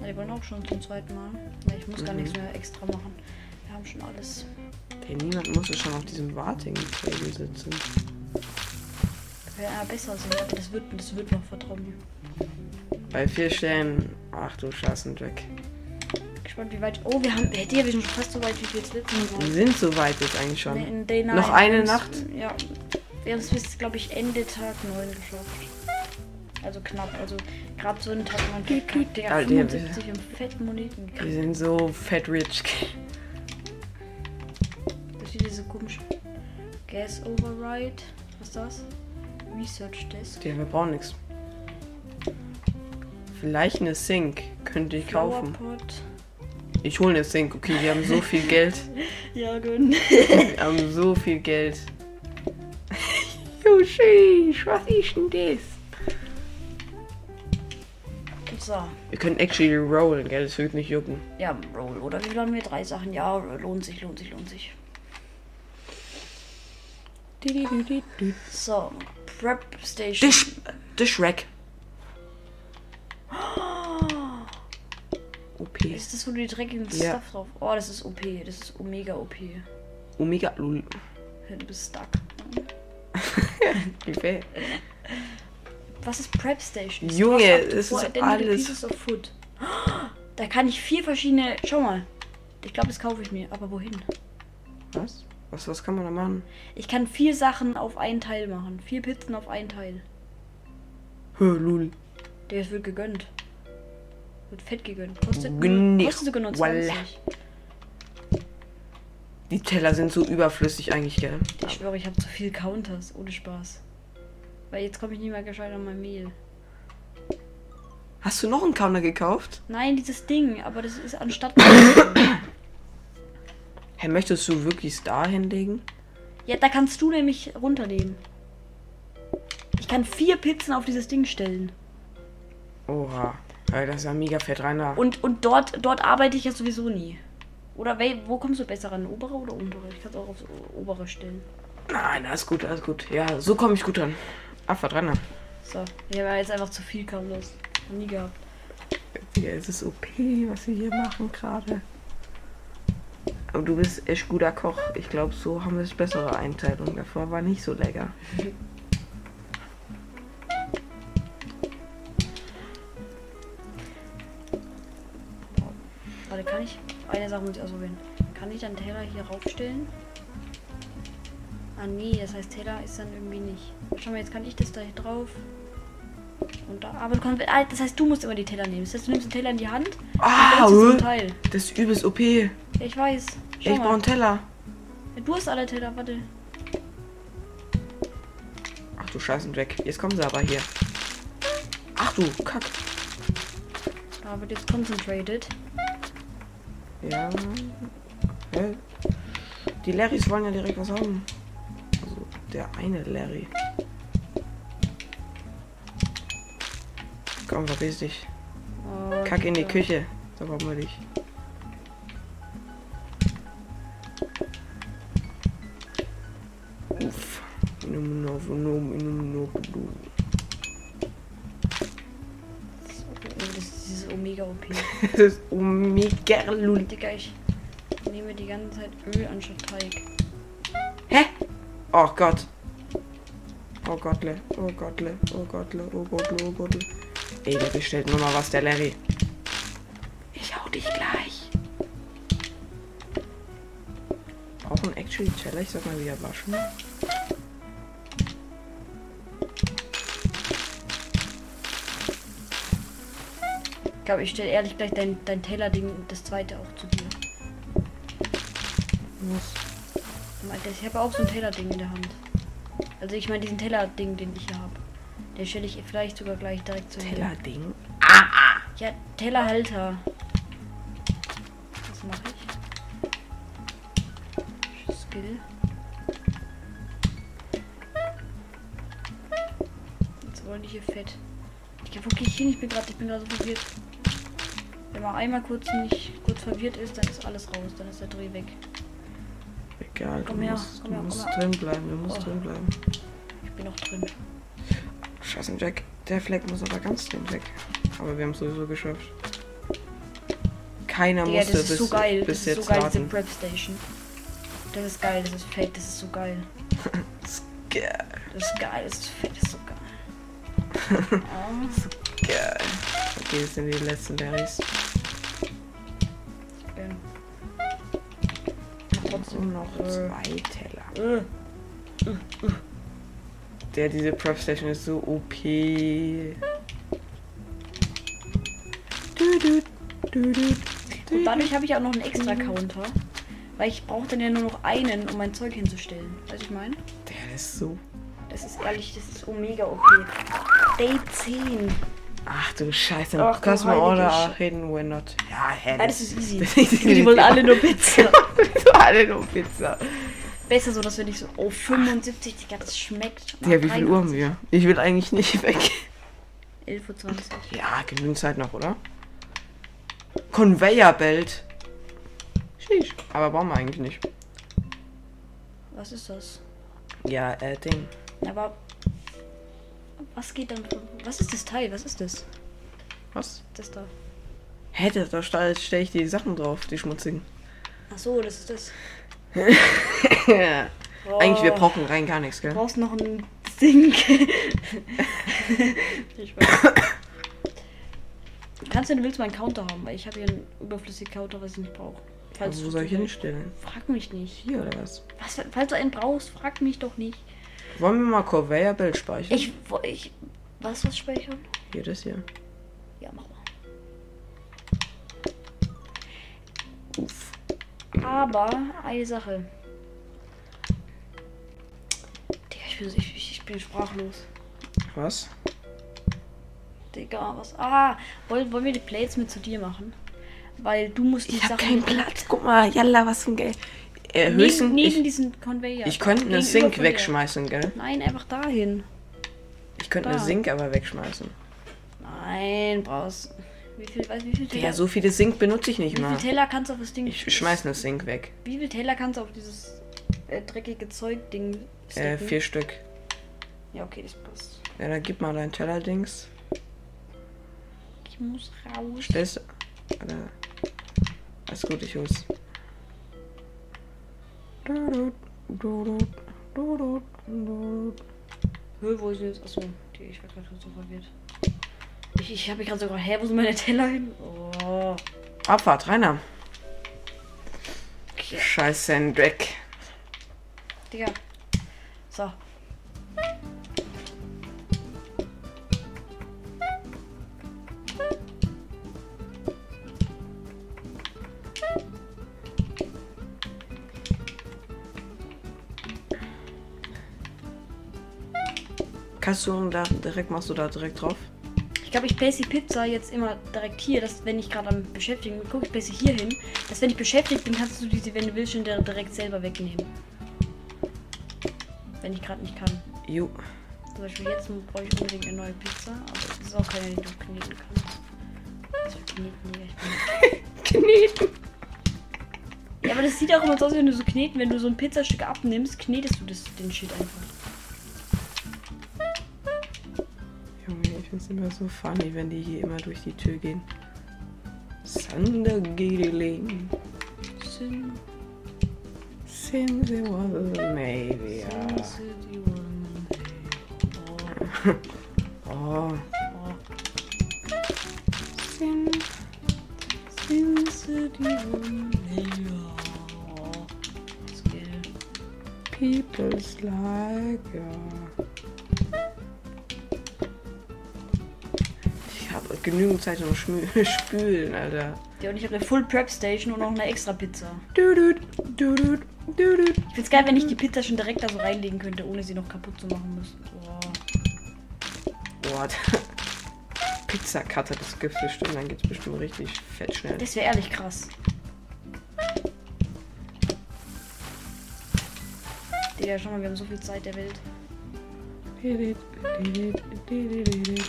Speaker 2: Na, die wollen auch schon zum zweiten Mal. Na, ich muss gar
Speaker 1: Mhm.
Speaker 2: nichts mehr extra machen. Wir haben schon alles.
Speaker 1: Hey, niemand musste schon auf diesem Warting-Table sitzen.
Speaker 2: Wir ja besser sind, aber das wird, das wird noch vertrauen.
Speaker 1: Bei vier Stellen. Ach du Scheißen, Jack.
Speaker 2: Gespannt, wie weit. Oh, wir haben. Hätte ja, wir sind schon fast so weit, wie wir jetzt letzten
Speaker 1: Die
Speaker 2: Mal.
Speaker 1: sind so weit jetzt eigentlich
Speaker 2: waren.
Speaker 1: schon.
Speaker 2: In Day
Speaker 1: Noch
Speaker 2: Nine.
Speaker 1: eine
Speaker 2: Wir
Speaker 1: Nacht?
Speaker 2: Ja. Wir haben es bis, glaube ich, Ende Tag 9 geschafft. Also knapp. Also gerade so einen Tag 9. Der
Speaker 1: Alter,
Speaker 2: 75 im fetten Moneten gekriegt.
Speaker 1: Die sind so fat rich.
Speaker 2: Das ist diese komische Gas Override. Was ist das? Research Desk.
Speaker 1: Ja, wir brauchen nichts. Vielleicht eine Sink könnte ich kaufen.
Speaker 2: Flowerpot.
Speaker 1: Ich hole eine Sink, okay, wir haben so viel Geld.
Speaker 2: Ja, gönn.
Speaker 1: Wir haben so viel Geld. Yoshi, was ist denn das?
Speaker 2: So.
Speaker 1: Wir können actually rollen, gell? Das wird nicht jucken.
Speaker 2: Ja, Roll. Oder wie viel haben wir? Drei Sachen. Ja, lohnt sich, lohnt sich, lohnt sich. So, Prep Station.
Speaker 1: Dish, Dish Rack.
Speaker 2: Oh,
Speaker 1: OP.
Speaker 2: ist das, wo du die dreckigen
Speaker 1: Ja.
Speaker 2: Stuff drauf... Oh, das ist OP. Das ist Omega OP. Ja,
Speaker 1: Omega Lul.
Speaker 2: Du bist stuck.
Speaker 1: Buffet.
Speaker 2: Was ist Prep Station? Das
Speaker 1: Junge,
Speaker 2: kostet up to
Speaker 1: es
Speaker 2: four
Speaker 1: ist
Speaker 2: identical
Speaker 1: alles-
Speaker 2: Pieces of food. Da kann ich vier verschiedene... Schau mal. Ich glaube, das kaufe ich mir. Aber wohin?
Speaker 1: Was? Was, was kann man da machen?
Speaker 2: Ich kann vier Sachen auf einen Teil machen. Vier Pizzen auf einen Teil.
Speaker 1: Hö, Lul.
Speaker 2: Der wird gegönnt. Wird fett gegönnt. Kostet,
Speaker 1: Gönn
Speaker 2: nur,
Speaker 1: dich.
Speaker 2: kostet sogar nur
Speaker 1: Voila.
Speaker 2: 20.
Speaker 1: Die Teller sind so überflüssig eigentlich, gell?
Speaker 2: Ich schwöre, ich habe zu viel Counters. Ohne Spaß. Weil jetzt komme ich nicht mehr gescheit an mein Mehl.
Speaker 1: Hast du noch einen Counter gekauft?
Speaker 2: Nein, dieses Ding. Aber das ist anstatt...
Speaker 1: Hä, möchtest du wirklich Star hinlegen?
Speaker 2: ja, da kannst du nämlich runternehmen. Ich kann vier Pizzen auf dieses Ding stellen.
Speaker 1: Oha. Ey, das ist ja mega fett, Rainer.
Speaker 2: Und, und dort, dort arbeite ich ja sowieso nie. Oder wel- wo kommst du besser ran? Obere oder untere? Ich kann es auch aufs o- obere stellen.
Speaker 1: Nein, alles gut, alles gut. Ja, so komme ich gut ran. Einfach Rainer.
Speaker 2: So, ich habe jetzt einfach zu viel Counters. Noch nie gehabt.
Speaker 1: Ja, es ist OP, was wir hier machen gerade. Aber du bist echt guter Koch. Ich glaube, so haben wir es bessere Einteilung. Davor war nicht so lecker.
Speaker 2: Warte, kann ich? Eine Sache muss ich ausprobieren. Kann ich dann Taylor hier raufstellen? Ah nee, das heißt Taylor ist dann irgendwie nicht. Schau mal, jetzt kann ich das da hier drauf. Und da. Aber du kannst. Ah, das heißt, du musst immer die Taylor nehmen. Das heißt, du nimmst den Taylor in die Hand und
Speaker 1: Ah,
Speaker 2: stellst ihn
Speaker 1: äh,
Speaker 2: zum Teil.
Speaker 1: das ist übelst OP. Ich
Speaker 2: Ja, ich weiß. Schau
Speaker 1: brauche
Speaker 2: mal.
Speaker 1: einen Teller.
Speaker 2: Du hast alle Taylor, warte.
Speaker 1: Ach du Scheißen, Jack. Jetzt kommen sie aber hier. Ach du, Kack.
Speaker 2: Da Ah, wird jetzt concentrated.
Speaker 1: Ja. Hä? Die Larrys wollen ja direkt was haben. Also, der eine Larry. Komm, verpiss dich.
Speaker 2: Oh,
Speaker 1: Kack in die
Speaker 2: Taylor.
Speaker 1: Küche. Da brauchen wir dich. Uff. Num, num, num, num, num, num.
Speaker 2: Oh, das ist dieses Omega-OP.
Speaker 1: Das ist Omega Lul.
Speaker 2: Digga, ich nehme die ganze Zeit Öl anstatt Teig.
Speaker 1: Hä? Oh Gott. Oh Gottle, oh Gottle, oh Gottle, oh Gottle, oh Gottle. Ey, der bestellt nur mal was, der Larry. Ich hau dich gleich. Auch ein Actually Teller, ich sag mal wieder waschen.
Speaker 2: Ich glaube, ich stelle ehrlich gleich dein, dein Taylor-Ding, das zweite auch zu dir.
Speaker 1: Muss.
Speaker 2: Alter, ich habe auch so ein Taylor-Ding in der Hand. Also ich meine diesen Taylor-Ding, den ich hier habe. Den stelle ich vielleicht sogar gleich direkt zu dir.
Speaker 1: Teller-Ding.
Speaker 2: Ja, Tellerhalter. Was mache ich? Skill. Jetzt wollen die hier fett. Ich wo gehe ich hin? Ich bin gerade, ich bin gerade so verwirrt. Wenn man einmal kurz nicht kurz verwirrt ist, dann ist alles raus, dann ist der Dreh weg.
Speaker 1: Egal, du
Speaker 2: Komm her,
Speaker 1: musst,
Speaker 2: komm
Speaker 1: du
Speaker 2: her,
Speaker 1: musst
Speaker 2: komm her.
Speaker 1: drin bleiben, du musst
Speaker 2: Oh.
Speaker 1: drin bleiben.
Speaker 2: Ich bin noch drin.
Speaker 1: Scheiße, Jack. Der Fleck muss aber ganz drin weg. Aber wir haben es sowieso geschafft. Keiner
Speaker 2: Digga, das
Speaker 1: musste
Speaker 2: ist
Speaker 1: bis,
Speaker 2: so geil.
Speaker 1: bis
Speaker 2: Das ist
Speaker 1: jetzt
Speaker 2: so geil, diese
Speaker 1: warten.
Speaker 2: Prep Station. Das ist geil, das ist fett, das ist so geil.
Speaker 1: Geil,
Speaker 2: Das ist geil, das ist fett, das ist so geil. Ähm,
Speaker 1: geil. Okay, das sind die letzten Berries.
Speaker 2: gern.
Speaker 1: Trotzdem
Speaker 2: Trotzdem
Speaker 1: noch
Speaker 2: äh,
Speaker 1: zwei Teller.
Speaker 2: äh,
Speaker 1: Der, diese Prep Station ist so OP. Du, du, du, du.
Speaker 2: Und dadurch habe ich auch noch einen extra
Speaker 1: Mhm.
Speaker 2: Counter. Weil ich brauche dann ja nur noch einen, um mein Zeug hinzustellen. Weißt du, was ich meine?
Speaker 1: Der ist so.
Speaker 2: Das ist ehrlich, das ist Omega OP. Day 10.
Speaker 1: Ach du Scheiße.
Speaker 2: Ach du
Speaker 1: Customer Order
Speaker 2: heilige
Speaker 1: are hidden when not. Ja, hä?
Speaker 2: Ah, das ist easy.
Speaker 1: das ist easy.
Speaker 2: Die wollen alle nur Pizza.
Speaker 1: alle nur Pizza.
Speaker 2: Besser so, dass wir nicht so, oh 75, Digga, das schmeckt.
Speaker 1: Ja, wie viel Uhr haben wir? Ich will eigentlich nicht weg.
Speaker 2: 11.20 Uhr.
Speaker 1: Ja, genügend Zeit noch, oder? Conveyor Belt. Sheesh. Aber brauchen wir eigentlich nicht.
Speaker 2: Was ist das?
Speaker 1: Ja, äh, Ding.
Speaker 2: Aber was geht dann? Was ist das Teil? Was ist das?
Speaker 1: Was?
Speaker 2: Das da.
Speaker 1: Hä, da- da stelle ich die Sachen drauf, die schmutzigen.
Speaker 2: Ach so, das ist das.
Speaker 1: Eigentlich, wir
Speaker 2: Oh.
Speaker 1: brauchen rein gar nichts, gell?
Speaker 2: Du brauchst noch einen Sink. ich weiß. Kannst du, du willst meinen Counter haben, weil ich habe hier einen überflüssigen Counter, was ich nicht brauche.
Speaker 1: Ja, Also, wo soll ich hinstellen?
Speaker 2: Frag mich nicht.
Speaker 1: Hier oder was?
Speaker 2: Was, falls du einen brauchst, frag mich doch nicht.
Speaker 1: Wollen wir mal Corvair Bild speichern?
Speaker 2: Ich, wo- ich, was was speichern?
Speaker 1: Hier, das hier.
Speaker 2: Ja, mach mal.
Speaker 1: Uff.
Speaker 2: Aber eine Sache. Digga, ich bin, ich, ich ich bin sprachlos.
Speaker 1: Was?
Speaker 2: Digga, was? Ah, wollen, wollen wir die Plates mit zu dir machen? Weil du musst die
Speaker 1: Ich hab
Speaker 2: Sachen
Speaker 1: keinen Platz. Guck mal, jalla, was für ein Geld. Äh, höchstens.
Speaker 2: Neben, neben
Speaker 1: Ich,
Speaker 2: diesen Conveyor.
Speaker 1: ich könnte eine
Speaker 2: Gegenüber
Speaker 1: Sink
Speaker 2: von dir.
Speaker 1: wegschmeißen, gell?
Speaker 2: Nein, einfach dahin.
Speaker 1: Ich könnte eine
Speaker 2: Da.
Speaker 1: Sink aber wegschmeißen.
Speaker 2: Nein, brauchst. Wie viel, weiß wie viel Teller?
Speaker 1: Ja, so viele Sink benutze ich
Speaker 2: wie
Speaker 1: nicht
Speaker 2: viel
Speaker 1: mal.
Speaker 2: Teller kannst du auf das Ding
Speaker 1: Ich schmeiß eine Sink weg.
Speaker 2: Wie viel Teller kannst du auf dieses äh, dreckige Zeug Ding
Speaker 1: Äh,
Speaker 2: stecken?
Speaker 1: vier Stück.
Speaker 2: Ja, okay, das passt.
Speaker 1: Ja, dann gib mal dein Teller-Dings.
Speaker 2: Ich muss raus.
Speaker 1: Stellst du. Alter. Alles gut, ich hol's. Du, du, du, du, du, du.
Speaker 2: Hö, wo ist denn jetzt? Achso, die- ich war gerade so verwirrt. Ich, ich habe mich gerade sogar. Hä, wo sind meine Teller hin? Oh.
Speaker 1: Abfahrt, Rainer.
Speaker 2: Okay.
Speaker 1: Scheiß Sandreck.
Speaker 2: Digga. So.
Speaker 1: Kannst du da direkt, machst du da direkt drauf?
Speaker 2: Ich glaube, ich place die Pizza jetzt immer direkt hier, dass wenn ich gerade am Beschäftigen bin, guck, ich place sie hier hin, dass wenn ich beschäftigt bin, kannst du diese, wenn du willst, schon dir- direkt selber wegnehmen. Wenn ich gerade nicht kann.
Speaker 1: Jo.
Speaker 2: Zum Beispiel jetzt brauche ich unbedingt eine neue Pizza, aber das ist auch keine, die du kneten kannst. Das wird kneten, Digga, ich bin...
Speaker 1: Kneten.
Speaker 2: Ja, aber das sieht auch immer so aus, wenn du so kneten, wenn du so ein Pizzastück abnimmst, knetest du das, den Shit einfach.
Speaker 1: Junge, ich find's immer so funny, wenn die hier immer durch die Tür gehen. Sundergeling.
Speaker 2: Sin,
Speaker 1: Since it was maybe.
Speaker 2: sin, sin, you are my-
Speaker 1: Oh.
Speaker 2: Oh, oh.
Speaker 1: Sin.
Speaker 2: Since the Romeo.
Speaker 1: People's like ja. Ich habe genügend Zeit zum Schmü Spülen, Alter.
Speaker 2: Ja, und ich habe eine Full Prep Station und noch eine extra Pizza.
Speaker 1: Dudut, dudut, dudut.
Speaker 2: Ich find's geil, wenn ich die Pizza schon direkt da so reinlegen könnte, ohne sie noch kaputt zu machen müssen. Oh.
Speaker 1: What? Pizzakarte, das gibt's bestimmt, dann geht's bestimmt richtig fett schnell.
Speaker 2: Das wäre ehrlich krass. Digga, schau mal, wir haben so viel Zeit der Welt.
Speaker 1: Didit, didit, didit, didit.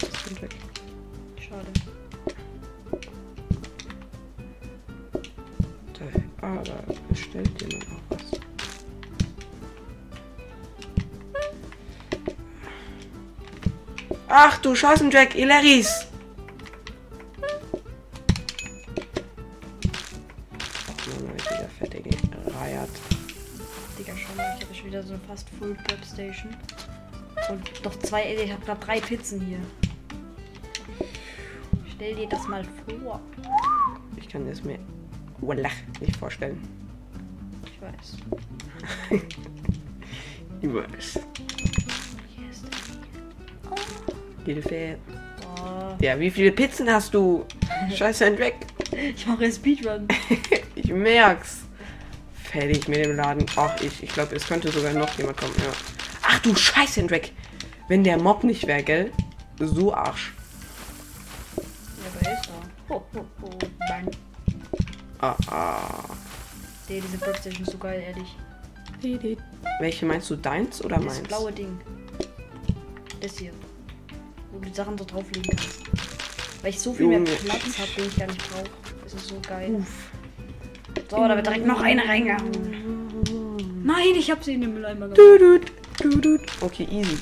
Speaker 1: Das sind weg.
Speaker 2: Schade.
Speaker 1: Da- Ah, da bestellt jemand noch was. Ach du Scheißenjack, Ilaris! Ach man, wieder fertig reiert.
Speaker 2: Digga, schau mal, ich habe schon wieder so eine fast Full Prep Station. Und noch zwei, ich habe gerade drei Pizzen hier. Stell dir das mal vor.
Speaker 1: Ich kann das mir wallah, nicht vorstellen.
Speaker 2: Ich weiß.
Speaker 1: Ich weiß.
Speaker 2: Hier
Speaker 1: Hilfe.
Speaker 2: ist der. Oh.
Speaker 1: Ja, wie viele Pizzen hast du? Scheißenjack.
Speaker 2: Ich mache einen Speedrun.
Speaker 1: ich merk's. Fertig mit dem Laden. Ach, ich, ich glaube, es könnte sogar noch jemand kommen. Ja. Ach du Scheiße, Drake. Wenn der Mob nicht wäre, gell? So Arsch.
Speaker 2: Ja, aber ist er. Ho, ho, ho. Bang.
Speaker 1: Ah, ah.
Speaker 2: Digga, diese Prepstation ist so geil, ehrlich.
Speaker 1: Welche meinst du, deins oder
Speaker 2: Das
Speaker 1: meins?
Speaker 2: blaue Ding. Das hier. Wo du die Sachen so drauflegen kannst. Weil ich so viel mehr
Speaker 1: Junge. Uh,
Speaker 2: Platz habe, den ich gar nicht brauche. Das ist so geil.
Speaker 1: Uff.
Speaker 2: So, da wird direkt noch eine reingehauen. Nein, ich hab sie in den Mülleimer gemacht.
Speaker 1: Dudut, dudut. Okay, easy.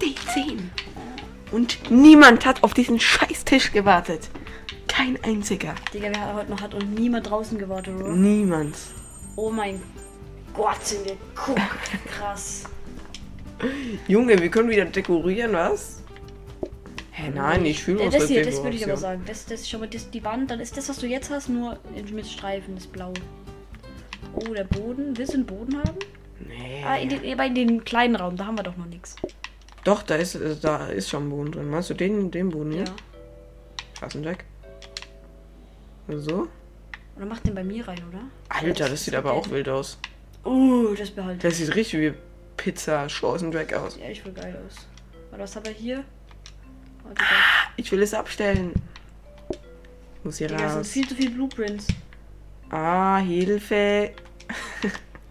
Speaker 1: Die 10. Und niemand hat auf diesen Scheißtisch gewartet. Kein einziger.
Speaker 2: Digga, wer heute noch hat und niemand draußen gewartet, oder?
Speaker 1: Niemand.
Speaker 2: Oh mein Gott, sind wir guck. Krass.
Speaker 1: Junge, wir können wieder dekorieren, was? Hä, nein, ich fühle
Speaker 2: Hm. Ja,
Speaker 1: unsere
Speaker 2: Äh, das hier, das würde ich aber
Speaker 1: Dekoration.
Speaker 2: sagen. Das, das ist schon mal das, die Wand, dann ist das, was du jetzt hast, nur in- mit Streifen, das Blau. Oh, der Boden. Willst du einen Boden haben?
Speaker 1: Nee.
Speaker 2: Ah, in den, aber in den kleinen Raum, da haben wir doch noch nichts.
Speaker 1: Doch, da ist, äh, da ist schon Boden drin. Meinst du den, den Boden hier?
Speaker 2: Ja.
Speaker 1: Straßenjack. So.
Speaker 2: Oder mach den bei mir rein, oder?
Speaker 1: Alter, das sieht aber auch wild aus.
Speaker 2: Oh, das behalte
Speaker 1: Das sieht richtig wie Pizza Straßenjack aus.
Speaker 2: Sieht ehrlich voll geil aus. Warte, was haben wir hier? Warte,
Speaker 1: Ich will es abstellen. Muss hier
Speaker 2: Digga, es sind
Speaker 1: raus.
Speaker 2: viel zu viele Blueprints.
Speaker 1: Ah, Hilfe.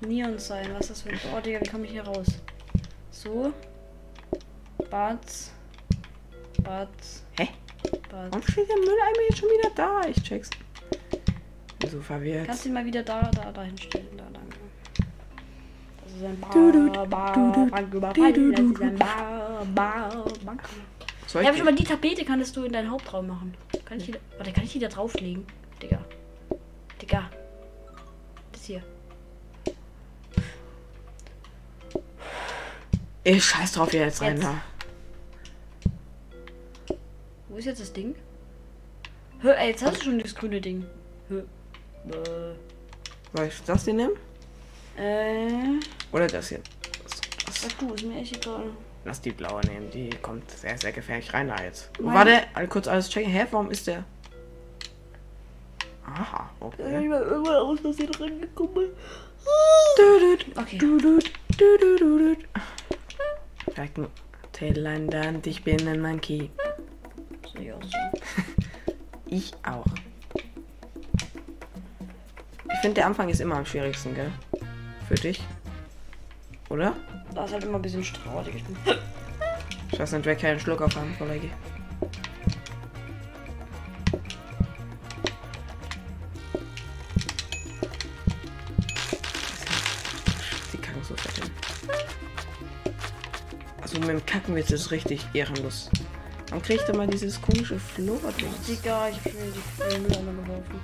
Speaker 2: Neon sein, was ist das für ein. Oh, Digga, wie komme ich hier raus? So. Bats. Bats.
Speaker 1: Hä?
Speaker 2: Bats.
Speaker 1: Warum steht der Mülleimer jetzt schon wieder da? Ich check's. Bin so verwirrt.
Speaker 2: Kannst du ihn mal wieder da, da, da hinstellen? Da, danke. Das ist ein Bar,
Speaker 1: Dudut,
Speaker 2: Bar,
Speaker 1: dudut,
Speaker 2: Bank überfall. Das ist ein
Speaker 1: dudut.
Speaker 2: Bar, Bar, Bank.
Speaker 1: Soll
Speaker 2: Ich habe schon
Speaker 1: ich
Speaker 2: mal die Tapete, kannst du in deinen Hauptraum machen. Kann ich die da, warte, kann ich die da drauflegen? Digga. Digga. Das hier.
Speaker 1: Ey, scheiß drauf hier jetzt rein.
Speaker 2: Jetzt.
Speaker 1: da.
Speaker 2: Wo ist jetzt das Ding? Hör, ey, jetzt hast du schon das grüne Ding. Hör. Äh.
Speaker 1: Soll ich das hier nehmen?
Speaker 2: Äh,
Speaker 1: Oder das hier? Das- das-
Speaker 2: sag du, ist mir echt egal.
Speaker 1: Lass die blaue nehmen. Die kommt sehr, sehr gefährlich rein da jetzt.
Speaker 2: Meine-
Speaker 1: Warte, all- kurz alles checken. Hä, warum ist der? Aha, okay.
Speaker 2: mal irgendwann aus, dass ich dran gekommen
Speaker 1: Dudut,
Speaker 2: Okay.
Speaker 1: dudut, dudut, dudut. Direkt ein Thailand, ich bin ein Monkey.
Speaker 2: Sehe ich auch so.
Speaker 1: Ich auch. Ich finde, der Anfang ist immer am schwierigsten, gell? Für dich. Oder?
Speaker 2: Da ist halt immer ein bisschen strauchig. Ich bin
Speaker 1: Ich weiß nicht, wer keinen Schluck auf haben, Kollege. Die kacken so fett hin. Also mit dem Kacken wird es richtig ehrenlos. Man kriegt immer dieses komische Flora-Ding.
Speaker 2: Digga, ich hab schon wieder die äh, Mülleimer geworfen.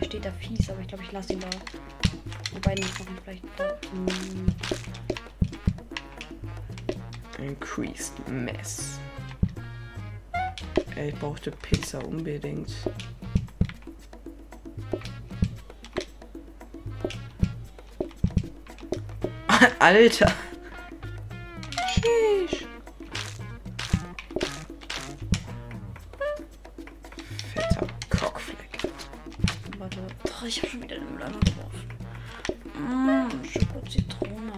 Speaker 2: Der steht da fies, aber ich glaube, ich lasse ihn da. Die beiden machen vielleicht da. Hm.
Speaker 1: Increased Mess. Er, Ey, ich brauchte Pizza unbedingt. Alter! Sheesh. Fetter Cockfleck.
Speaker 2: Warte. Doch, ich hab schon wieder den Mülleimer geworfen. Mmm, Schoko-Zitrone.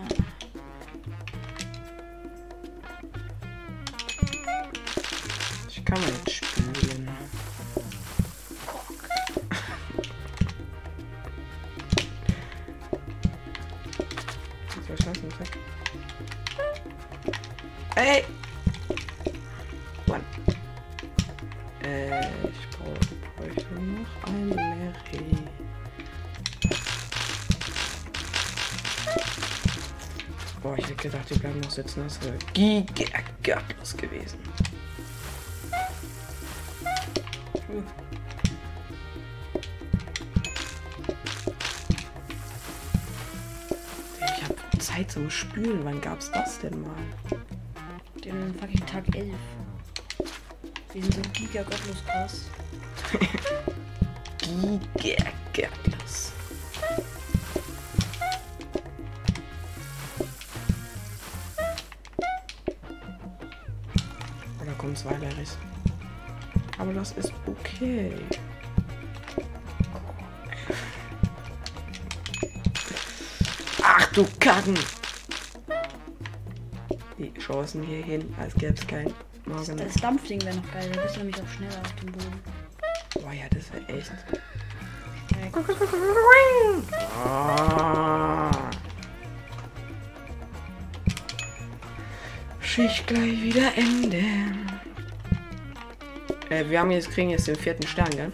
Speaker 1: Ich kann mal jetzt spielen. Soll ich lassen? Zack. Ey! One. Äh, ich brauch- bräuchte noch ein Mary. Boah, ich hätte gedacht, die bleiben noch sitzen. Das wäre giga gottlos gewesen. Ich habe Zeit zum Spülen. Wann gab's das denn mal?
Speaker 2: Den fucking Tag 11. Wir sind so giga gottlos krass.
Speaker 1: Gigagatlas. Oder kommen zwei Larrys? Aber das ist okay. Ach du Kacken! Die Chancen hier hin, als gäbe es kein
Speaker 2: Das,
Speaker 1: Morgen.
Speaker 2: das Dampfding wäre noch geil, da bist du nämlich auch schneller auf dem Boden.
Speaker 1: Boah, ja, das wäre echt.
Speaker 2: Ja,
Speaker 1: Ah. Schicht gleich wieder Ende. Äh, wir haben jetzt, kriegen jetzt den vierten Stern, gell?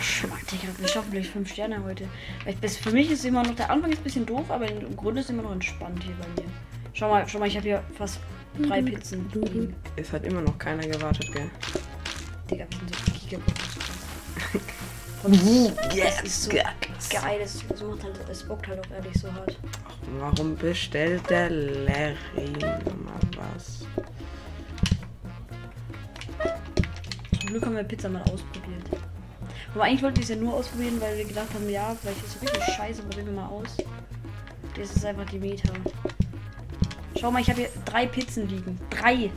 Speaker 2: Schmack. Digga, wir schaffen vielleicht fünf Sterne heute. Weil das- Für mich ist immer noch, der Anfang ist ein bisschen doof, aber im Grunde ist immer noch entspannt hier bei mir. Schau mal, schau mal, ich habe hier fast drei Pizzen. liegen.
Speaker 1: Es hat immer noch keiner gewartet, gell?
Speaker 2: Digga, wir sind so gigabrot.
Speaker 1: Yes,
Speaker 2: Das ist so geil, das, das macht halt, das bockt halt auch ehrlich so hart.
Speaker 1: Warum bestellt der Larry mal was?
Speaker 2: Zum Glück haben wir Pizza mal ausprobiert. Aber eigentlich wollten wir es ja nur ausprobieren, weil wir gedacht haben, ja, vielleicht ist es richtig scheiße, probieren wir mal aus. Das ist einfach die Meta. Schau mal, ich habe hier drei Pizzen liegen. Drei!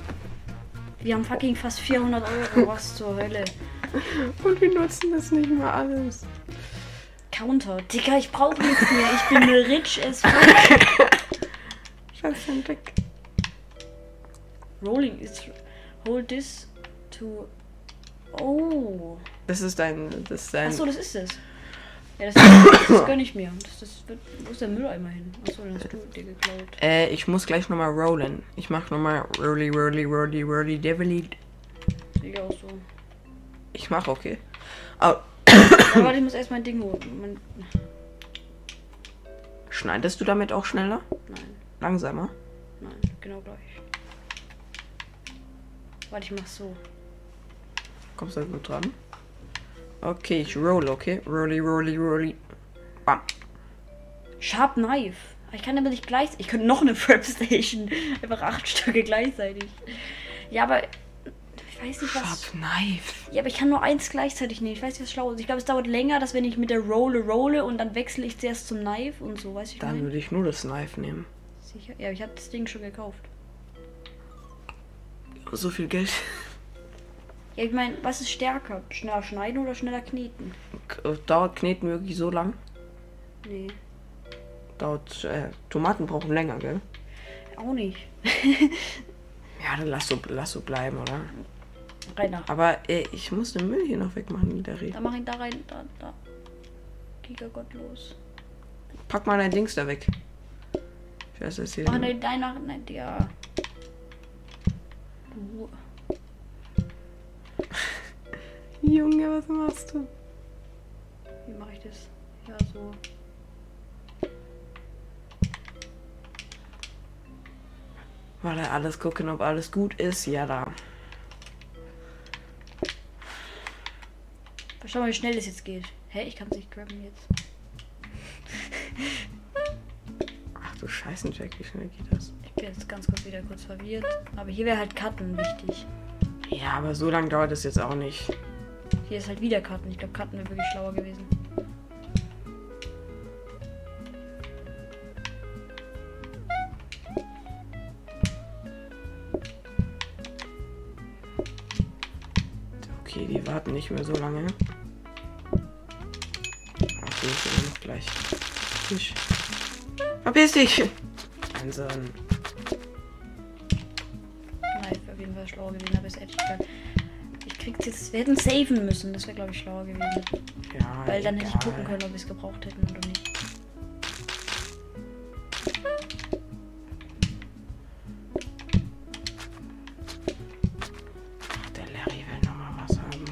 Speaker 2: Wir haben fucking fast 400 Euro. Was zur Hölle?
Speaker 1: Und wir nutzen das nicht mal alles.
Speaker 2: Counter. Digga, ich brauche nichts mehr. Ich bin rich as fuck.
Speaker 1: Scheiße, Dreck.
Speaker 2: Rolling is... Hold this to... Oh.
Speaker 1: Das ist dein. Das ist dein.
Speaker 2: Achso, das ist es. Ja, das, das, gönn ich mir. Das, das wird, wo ist der Mülleimer hin? Achso, den hast du dir geklaut.
Speaker 1: Äh, ich muss gleich nochmal rollen. Ich mach nochmal Rolly, Rolly, Rolly, Rolly, Devily.
Speaker 2: Digga, auch so.
Speaker 1: Ich mach, okay. Au.
Speaker 2: Ja, warte, ich muss erst mein Ding holen. Mein,
Speaker 1: schneidest du damit auch schneller?
Speaker 2: nein,
Speaker 1: Langsamer?
Speaker 2: nein, genau gleich. Warte, ich mach so.
Speaker 1: Kommst du da gut dran? Okay, ich roll, okay? Rolly, Rolly, Rolly. Bam.
Speaker 2: Sharp Knife. Aber Ich kann aber nicht gleich. Ich könnte noch eine Prep Station. Einfach acht Stücke gleichzeitig. Ja, aber. Ich weiß nicht, was.
Speaker 1: Sharp Knife.
Speaker 2: Ja, aber ich kann nur eins gleichzeitig nehmen. Ich weiß nicht, was schlau ist. Ich glaube, es dauert länger, dass wenn ich mit der Rolle rolle und dann wechsle ich zuerst zum Knife und so. Weiß ich
Speaker 1: Dann
Speaker 2: nicht.
Speaker 1: würde ich nur das Knife nehmen.
Speaker 2: Sicher. Ja, ich habe das Ding schon gekauft.
Speaker 1: So viel Geld.
Speaker 2: Ja, ich meine, was ist stärker? Schneller schneiden oder schneller kneten?
Speaker 1: K- Dauert Kneten wirklich so lang?
Speaker 2: Nee.
Speaker 1: Dauert. Äh, Tomaten brauchen länger, gell?
Speaker 2: Auch nicht.
Speaker 1: Ja, dann lass so, lass so bleiben, oder?
Speaker 2: Rainer.
Speaker 1: Aber äh, ich muss den Müll hier noch wegmachen, Larry.
Speaker 2: Da mach ich da rein, da, da. Gigagott los.
Speaker 1: Pack mal dein Dings da weg. Ich weiß, dass hier.
Speaker 2: Mach ne, dein nach. Nein, ja. Du.
Speaker 1: Junge, was machst du?
Speaker 2: Wie mache ich das? Ja, so.
Speaker 1: Warte, alles gucken, ob alles gut ist. Ja, da.
Speaker 2: Schau mal, wie schnell das jetzt geht. Hä, ich kann es nicht grabben jetzt.
Speaker 1: Ach du Scheißen, Jack, wie schnell geht das?
Speaker 2: Ich bin jetzt ganz kurz wieder kurz verwirrt. Aber hier wäre halt Cutten wichtig.
Speaker 1: Ja, aber so lange dauert es jetzt auch nicht.
Speaker 2: Hier ist halt wieder Cutten. Ich glaube, Cutten wäre wirklich schlauer gewesen.
Speaker 1: Okay, die warten nicht mehr so lange. Ach, die ist immer noch gleich. Tisch. Verpiss dich! Also,
Speaker 2: Nein, wäre auf jeden Fall schlauer gewesen, aber es hätte ich gar Ich krieg's jetzt. Wir hätten saven müssen. Das wäre, glaube ich, schlauer gewesen.
Speaker 1: ja.
Speaker 2: Weil dann hätte ich
Speaker 1: egal.
Speaker 2: gucken können, ob wir es gebraucht hätten oder nicht.
Speaker 1: Ach, der Larry will nochmal was haben.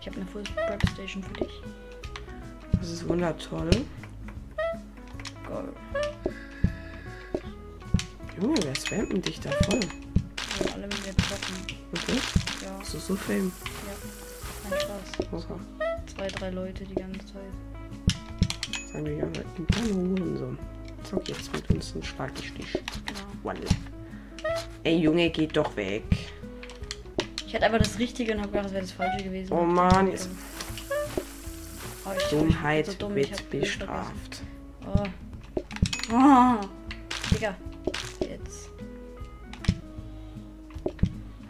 Speaker 2: Ich habe eine Full Prep Station für dich.
Speaker 1: Das ist wundertoll.
Speaker 2: Goal.
Speaker 1: Junge, wer spammt denn dich da voll?
Speaker 2: Also alle mit mir kloppen.
Speaker 1: Okay.
Speaker 2: Ja,
Speaker 1: Das ist so fame.
Speaker 2: kein Spaß.
Speaker 1: Muss man
Speaker 2: Zwei, drei Leute die ganze Zeit.
Speaker 1: sagen, die haben halt einen kleinen Hurensohn. Zock jetzt mit uns einen Schwarzstich.
Speaker 2: Genau.
Speaker 1: Walla. Ey, Junge, geht doch weg.
Speaker 2: Ich hatte einfach das Richtige und habe gedacht, das wäre das Falsche gewesen.
Speaker 1: Oh Mann, jetzt-
Speaker 2: Oh, ich- ich bin
Speaker 1: Dummheit
Speaker 2: so dumm, ich hab
Speaker 1: wird
Speaker 2: Bild vergessen.
Speaker 1: bestraft.
Speaker 2: Oh. Oh. Digga. Jetzt. Oh,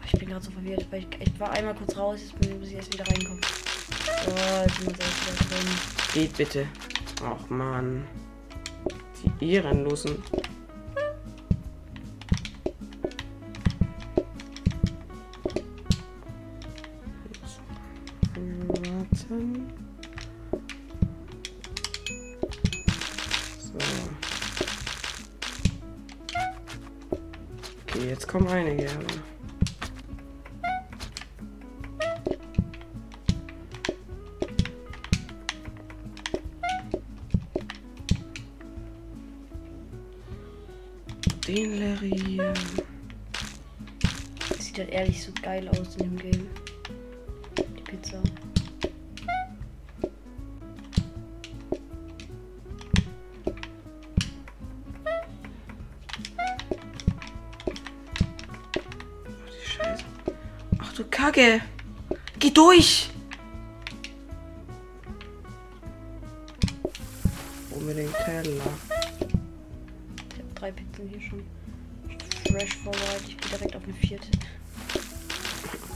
Speaker 2: Ich bin gerade so verwirrt, weil ich, ich war einmal kurz raus, jetzt bin, muss ich erst wieder reinkommen. Oh, jetzt bin ich erst wieder drin.
Speaker 1: Geht bitte. Och Mann. Die Ehrenlosen. Warten. So. Okay, jetzt kommen einige. aber- den Larry hier.
Speaker 2: Das sieht halt ehrlich so geil aus in dem Game. Die Pizza.
Speaker 1: Ach, die Scheiße. Ach du Kacke. Geh durch. Unbedingt Teller.
Speaker 2: Ich habe drei Pizzen hier schon. Fresh forward. Ich gehe direkt auf eine vierte.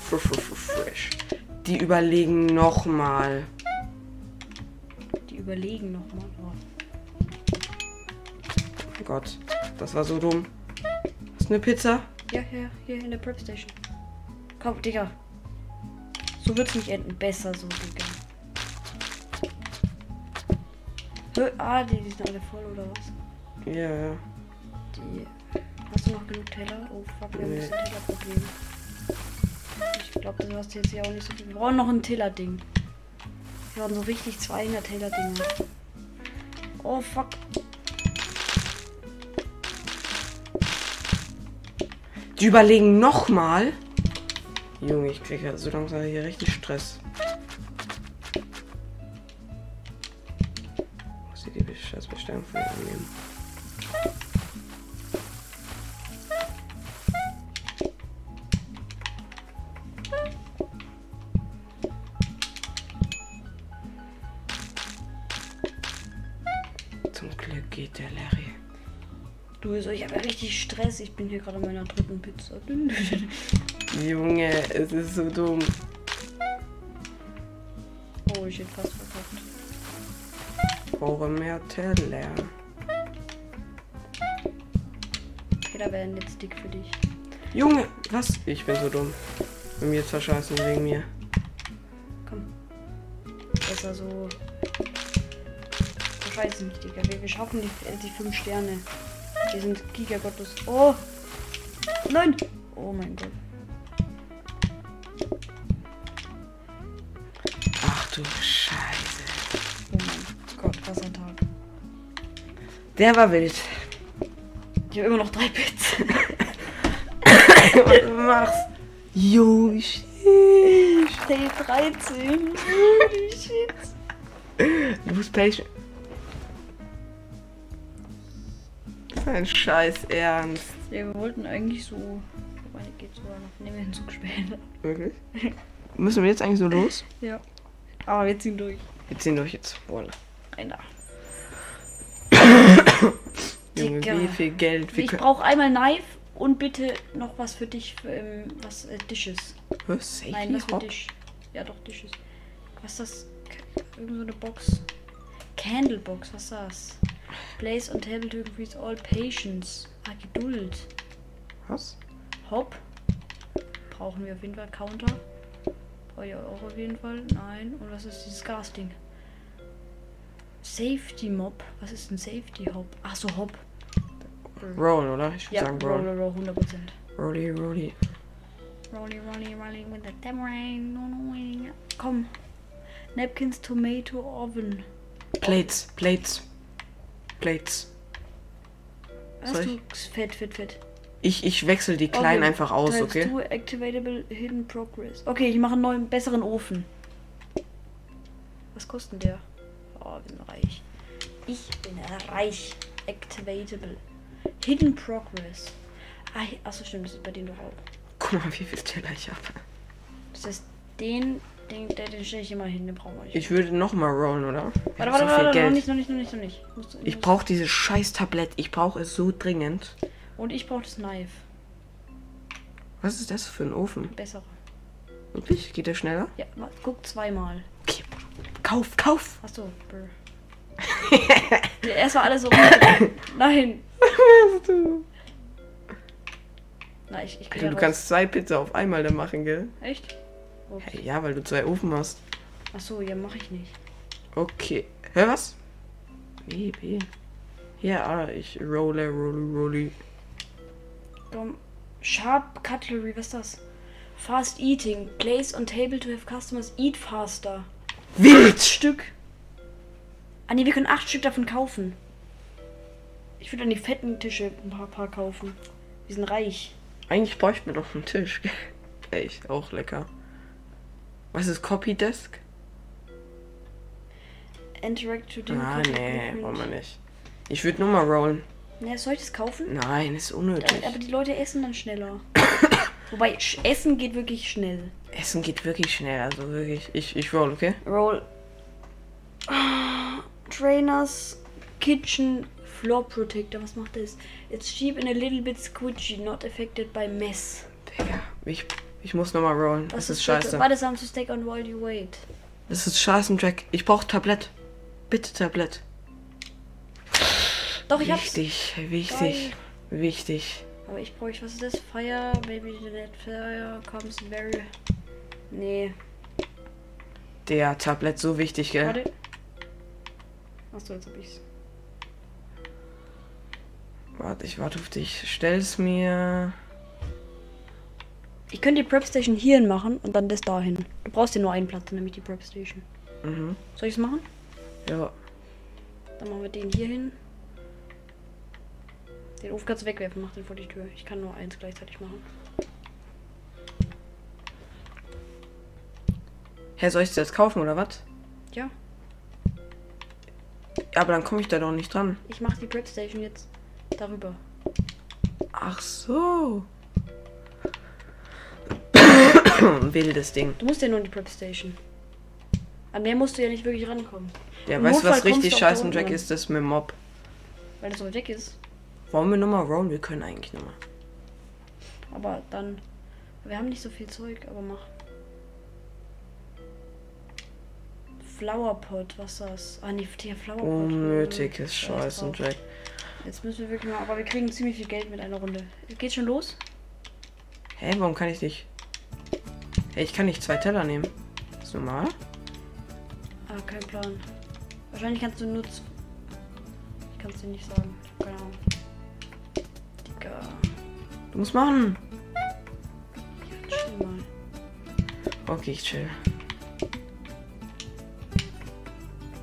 Speaker 1: Fr- fr- fr- Fresh. Die überlegen nochmal.
Speaker 2: Die überlegen nochmal. Oh,
Speaker 1: Oh Gott, das war so dumm. Ist eine Pizza?
Speaker 2: Ja, ja, hier in der Prep Station. Komm, Digga. So wird's nicht enden. Besser so, Digga. Hö, Ah, die, die sind alle voll oder was?
Speaker 1: Ja, ja.
Speaker 2: Die. Hast du noch genug Teller? Oh fuck, wir haben ein
Speaker 1: Nee.
Speaker 2: bisschen Tellerproblem. Ich glaube, das hast du jetzt ja auch nicht so viel. Wir brauchen noch ein Teller-Ding. Wir brauchen so richtig 200 Teller-Dinger. Oh fuck.
Speaker 1: Die überlegen nochmal. Junge, ich kriege ja so langsam hier richtig Stress. Muss ich die scheiß Bestellung von ihr annehmen? Zum Glück geht der Larry.
Speaker 2: Du, so, ich habe ja richtig Stress. Ich bin hier gerade an meiner dritten Pizza.
Speaker 1: Junge, es ist so dumm.
Speaker 2: Oh, ich hätte fast verkauft.
Speaker 1: Brauche mehr Teller.
Speaker 2: Teller wären jetzt dick für dich.
Speaker 1: Junge, was? Ich bin so dumm. Bei mir verscheißen wegen mir.
Speaker 2: Komm. Besser so. Oh, Scheiße nicht, Digga. Wir, wir schaffen die, äh, die fünf Sterne. Wir sind Gigagottes. Oh! Nein! Oh mein Gott.
Speaker 1: Ach du Scheiße.
Speaker 2: Oh mein Gott, was ein Tag.
Speaker 1: Der war wild.
Speaker 2: Ich habe immer noch drei Bits.
Speaker 1: was du machst? Jo, shit.
Speaker 2: Day 13. shit.
Speaker 1: Lose patient. Sein Scheiß Ernst.
Speaker 2: Ja, wir wollten eigentlich so. Wobei, geht sogar noch. Nehmen wir einen Zug später.
Speaker 1: Wirklich? Müssen wir jetzt eigentlich so los?
Speaker 2: Ja. Aber Ah, wir ziehen durch.
Speaker 1: Wir ziehen durch jetzt. Voila.
Speaker 2: Einer.
Speaker 1: Junge,
Speaker 2: Digga.
Speaker 1: wie viel Geld? Wir
Speaker 2: Ich
Speaker 1: können.
Speaker 2: brauche einmal Knife und bitte noch was für dich, für, ähm, was äh, Dishes.
Speaker 1: Was? Safety
Speaker 2: Nein, was für
Speaker 1: Hop?
Speaker 2: Dish. Ja, doch, Dishes. Was ist das? K- Irgend so eine Box. Candlebox, was ist das? Place on table to increase all patience. Ah, Geduld.
Speaker 1: Was?
Speaker 2: Hop. Brauchen wir auf jeden Fall Counter. Brauche ich auch auf jeden Fall. Nein. Und was ist dieses Gasding? Safety Mob. Was ist ein Safety Hop? Ach so, Hop.
Speaker 1: Roll, oder? Ich würde
Speaker 2: Ja,
Speaker 1: sagen
Speaker 2: roll,
Speaker 1: Roll.
Speaker 2: roll, roll, 100%.
Speaker 1: Rolly, Rolly.
Speaker 2: Rolly, rolly, rolly with the tamarind. No, no, no. Komm. Napkins, Tomato, Oven.
Speaker 1: Plates, Plates. Plates.
Speaker 2: Hast
Speaker 1: Soll
Speaker 2: du fett, fett, fett.
Speaker 1: Ich, ich wechsle die kleinen
Speaker 2: Oven.
Speaker 1: einfach aus,
Speaker 2: Types
Speaker 1: okay?
Speaker 2: two, activatable hidden progress. Okay, ich mache einen neuen, besseren Ofen. Was kostet denn der? Oh, wir sind reich. Ich bin reich. Activatable. Hidden progress. Ah, hi- Achso, stimmt, das ist bei denen doch auch.
Speaker 1: Guck mal, wie viel Teller ich habe.
Speaker 2: Das heißt, den, den, den, den stelle ich immer hin, den brauchen wir nicht.
Speaker 1: Ich würde nochmal rollen, oder? Ich hab
Speaker 2: warte, warte,
Speaker 1: so viel
Speaker 2: warte, noch
Speaker 1: Geld.
Speaker 2: nicht, noch nicht, noch nicht, noch nicht. Musst du-
Speaker 1: Ich
Speaker 2: musst-
Speaker 1: brauche dieses scheiß Tablett. Ich brauche es so dringend.
Speaker 2: Und ich brauche das Knife.
Speaker 1: Was ist das für ein Ofen?
Speaker 2: Bessere.
Speaker 1: Wirklich? Geht der schneller?
Speaker 2: Ja, ma- guck zweimal.
Speaker 1: Okay. Kauf, kauf!
Speaker 2: Achso, brr. Ja, Erst war alles so rumgedreht. Nein.
Speaker 1: du?
Speaker 2: Nein, ich, ich geh
Speaker 1: Alter,
Speaker 2: da
Speaker 1: du
Speaker 2: raus.
Speaker 1: kannst zwei Pizza auf einmal dann machen, gell?
Speaker 2: Echt? Okay.
Speaker 1: Hey, ja, weil du zwei Ofen hast.
Speaker 2: Achso, ja, mach ich nicht.
Speaker 1: Okay. Hör was? B, B. Ja, ah, ich rolle, rolle, rolle.
Speaker 2: Komm. Sharp Cutlery, was ist das? Fast Eating. Place on table to have customers eat faster.
Speaker 1: Wild!
Speaker 2: Stück. Ah ne, wir können acht Stück davon kaufen. Ich würde an die fetten Tische ein paar, paar kaufen. Wir sind reich.
Speaker 1: Eigentlich bräuchten wir noch einen Tisch. gell? Echt, auch lecker. Was ist Copy Desk?
Speaker 2: Interact to
Speaker 1: Ah, nee, wollen wir nicht. Ich würde nur mal rollen.
Speaker 2: Na, soll ich das kaufen?
Speaker 1: Nein, ist
Speaker 2: Äh,
Speaker 1: unnötig.
Speaker 2: Aber die Leute essen dann schneller. Wobei, Sch- Essen geht wirklich schnell.
Speaker 1: Essen geht wirklich schnell, also wirklich. Ich, ich roll, okay?
Speaker 2: Roll. Ah, Trainers Kitchen Floor Protector. Was macht das? It's cheap and a little bit squidgy, not affected by mess.
Speaker 1: Digga, ich, ich muss nochmal rollen. Das, ist scheiße.
Speaker 2: Warte, Sam, to stack on while you wait.
Speaker 1: Das ist scheiße, Jack. Ich brauche Tablett. Bitte Tablett.
Speaker 2: Doch, ich hab's.
Speaker 1: Wichtig, wichtig, wichtig.
Speaker 2: Aber ich bräuchte, was ist das? Fire, baby, the net fire comes very. Nee,
Speaker 1: Der Tablett so wichtig, gell?
Speaker 2: warte. Achso, jetzt hab ich's.
Speaker 1: Warte, ich warte auf dich. Stell's mir.
Speaker 2: Ich könnte die Prep Station hierhin machen und dann das dahin. Du brauchst dir nur einen Platz, nämlich die Prep Station.
Speaker 1: Mhm.
Speaker 2: Soll ich's machen?
Speaker 1: Ja.
Speaker 2: Dann machen wir den hier hin. Den Ofen kannst du wegwerfen, mach den vor die Tür. Ich kann nur eins gleichzeitig machen.
Speaker 1: Hä, soll ich jetzt kaufen oder was?
Speaker 2: Ja,
Speaker 1: Aber dann komme ich da doch nicht dran.
Speaker 2: ich mach die Prep Station jetzt darüber.
Speaker 1: Ach so. Wildes Ding.
Speaker 2: Du musst ja nur in die Prep Station. An mehr musst du ja nicht wirklich rankommen.
Speaker 1: Ja,
Speaker 2: Im
Speaker 1: weißt du,
Speaker 2: Notfall
Speaker 1: was richtig
Speaker 2: kommst du auch da
Speaker 1: scheiße,
Speaker 2: unten
Speaker 1: Jack,
Speaker 2: an.
Speaker 1: ist das mit dem Mob.
Speaker 2: Weil das so weg ist.
Speaker 1: Wollen wir nochmal rollen? Wir können eigentlich nochmal.
Speaker 2: Aber dann. Wir haben nicht so viel Zeug, aber mach. Flowerpot, was ist das? Ah, nee, der Flowerpot.
Speaker 1: Unnötiges
Speaker 2: Ja, ist
Speaker 1: Scheißen,
Speaker 2: drauf.
Speaker 1: Jack.
Speaker 2: Jetzt müssen wir wirklich mal. Aber wir kriegen ziemlich viel Geld mit einer Runde. Geht schon los?
Speaker 1: Hä, warum kann ich nicht? Hey, ich kann nicht zwei Teller nehmen. Ist normal?
Speaker 2: Ah, kein Plan. Wahrscheinlich kannst du nur. z- Ich kann es dir nicht sagen. Ich hab keine Ahnung. Digga.
Speaker 1: Du musst machen.
Speaker 2: Chill mal.
Speaker 1: Okay, ich chill.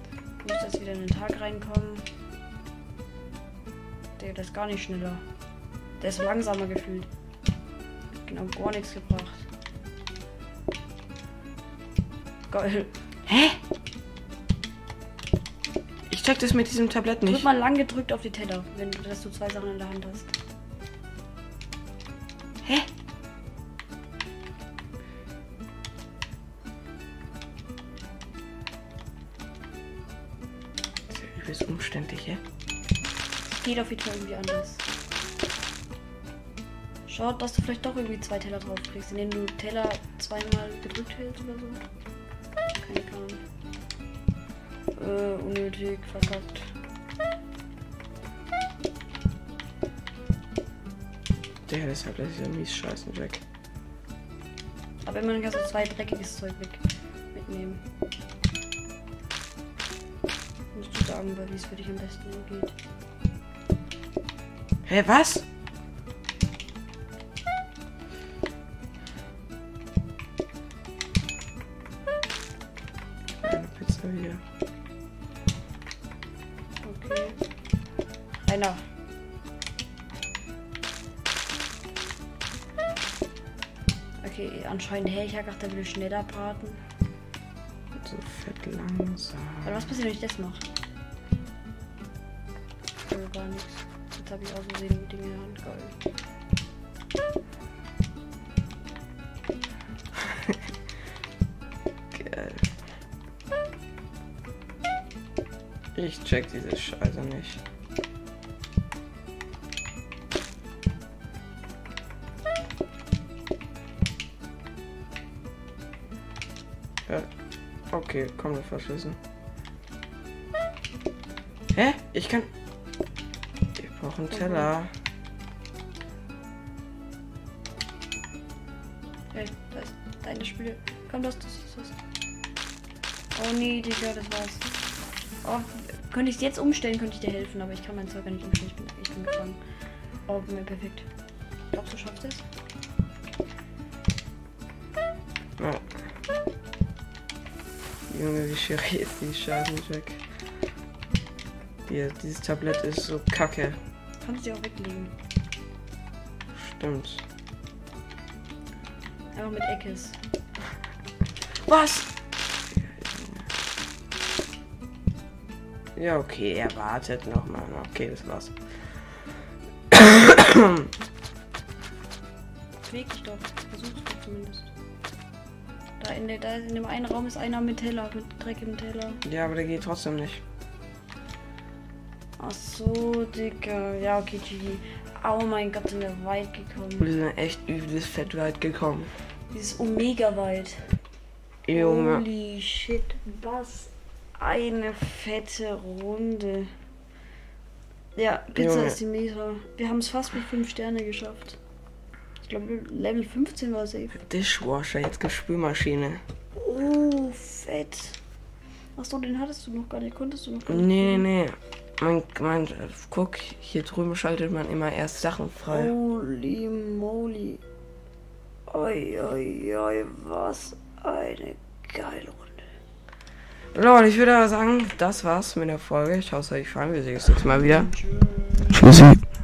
Speaker 2: Du musst jetzt wieder in den Tag reinkommen. Der, der ist gar nicht schneller. Der ist langsamer gefühlt. Hat Genau, gar nichts gebracht. Geil.
Speaker 1: Hä? Ich check das mit diesem Tablett
Speaker 2: Drück
Speaker 1: nicht.
Speaker 2: mal lang gedrückt auf die Teller, wenn du, dass du zwei Sachen in der Hand hast.
Speaker 1: Hä? Das ist ja übelst umständlich, hä?
Speaker 2: Geht auf jeden Fall irgendwie anders. Schau, dass du vielleicht doch irgendwie zwei Teller drauf kriegst, indem du Teller zweimal gedrückt hältst oder so. Keine Plan. Äh, unnötig, verkackt.
Speaker 1: Der das Tablett ist ja mies scheißen, Jack.
Speaker 2: Aber immerhin kannst du zwei dreckiges Zeug weg mitnehmen. Musst du sagen, wie es für dich am besten geht.
Speaker 1: Hä, was? Eine Pizza wieder.
Speaker 2: Okay. Einer. Okay, anscheinend hä, ich hab gedacht, der will schneller braten.
Speaker 1: So fett langsam.
Speaker 2: Aber was passiert, wenn ich das mache? Äh, gar nichts. Jetzt habe ich aus Versehen Dinge in der Hand gehalten.
Speaker 1: Geil. Ich check diese Scheiße nicht. Ja. Okay, komm, wir verschlüsseln. Hä? Ich kann. Wir brauchen Teller.
Speaker 2: Hey, da ist deine Spiele. Komm, das, das, das. Oh nee, Digga, das war's. Oh, könnte ich es jetzt umstellen, könnte ich dir helfen, aber ich kann mein Zeug gar nicht umstellen. Ich bin, ich bin gefangen. Oh, mir perfekt. Glaubst du, schaffst es?
Speaker 1: Ja. Junge, wie schwierig ist die Scheiße, Jack. Hier, dieses Tablett ist so kacke.
Speaker 2: kannst du ja auch weglegen.
Speaker 1: Stimmt.
Speaker 2: Einfach mit Eckes.
Speaker 1: Was? Ja, okay, er wartet nochmal. Okay, das war's.
Speaker 2: Beweg dich doch. Versuch's doch zumindest. Da in, der, da in dem einen Raum ist einer mit Teller, mit Dreck im Teller.
Speaker 1: Ja, aber der geht trotzdem nicht.
Speaker 2: Ach so, Digga. Ja, okay, GG. Oh mein Gott, sind wir weit gekommen.
Speaker 1: Wir sind echt übles Fett weit gekommen.
Speaker 2: Dieses Omega weit.
Speaker 1: Junge.
Speaker 2: Holy shit, was eine fette Runde. Ja, Pizza
Speaker 1: Junge.
Speaker 2: ist die Mesa. Wir haben es fast mit 5 Sterne geschafft. Ich glaube, Level 15 war
Speaker 1: Oh.
Speaker 2: safe.
Speaker 1: Dishwasher, jetzt gibt's Spülmaschine.
Speaker 2: Oh, fett. Achso, den hattest du noch gar nicht. Konntest du noch gar nicht.
Speaker 1: Nee, nee, nee. Man, man, äh, guck, hier drüben schaltet man immer erst Sachen frei.
Speaker 2: Holy moly. Oi, oi, oi, was eine geile Runde.
Speaker 1: Leute, ich würde aber sagen, das war's mit der Folge. Ich hoffe, es hat euch gefallen. Wir sehen uns nächstes Mal wieder.
Speaker 2: Tschüss.
Speaker 1: Tschüssi.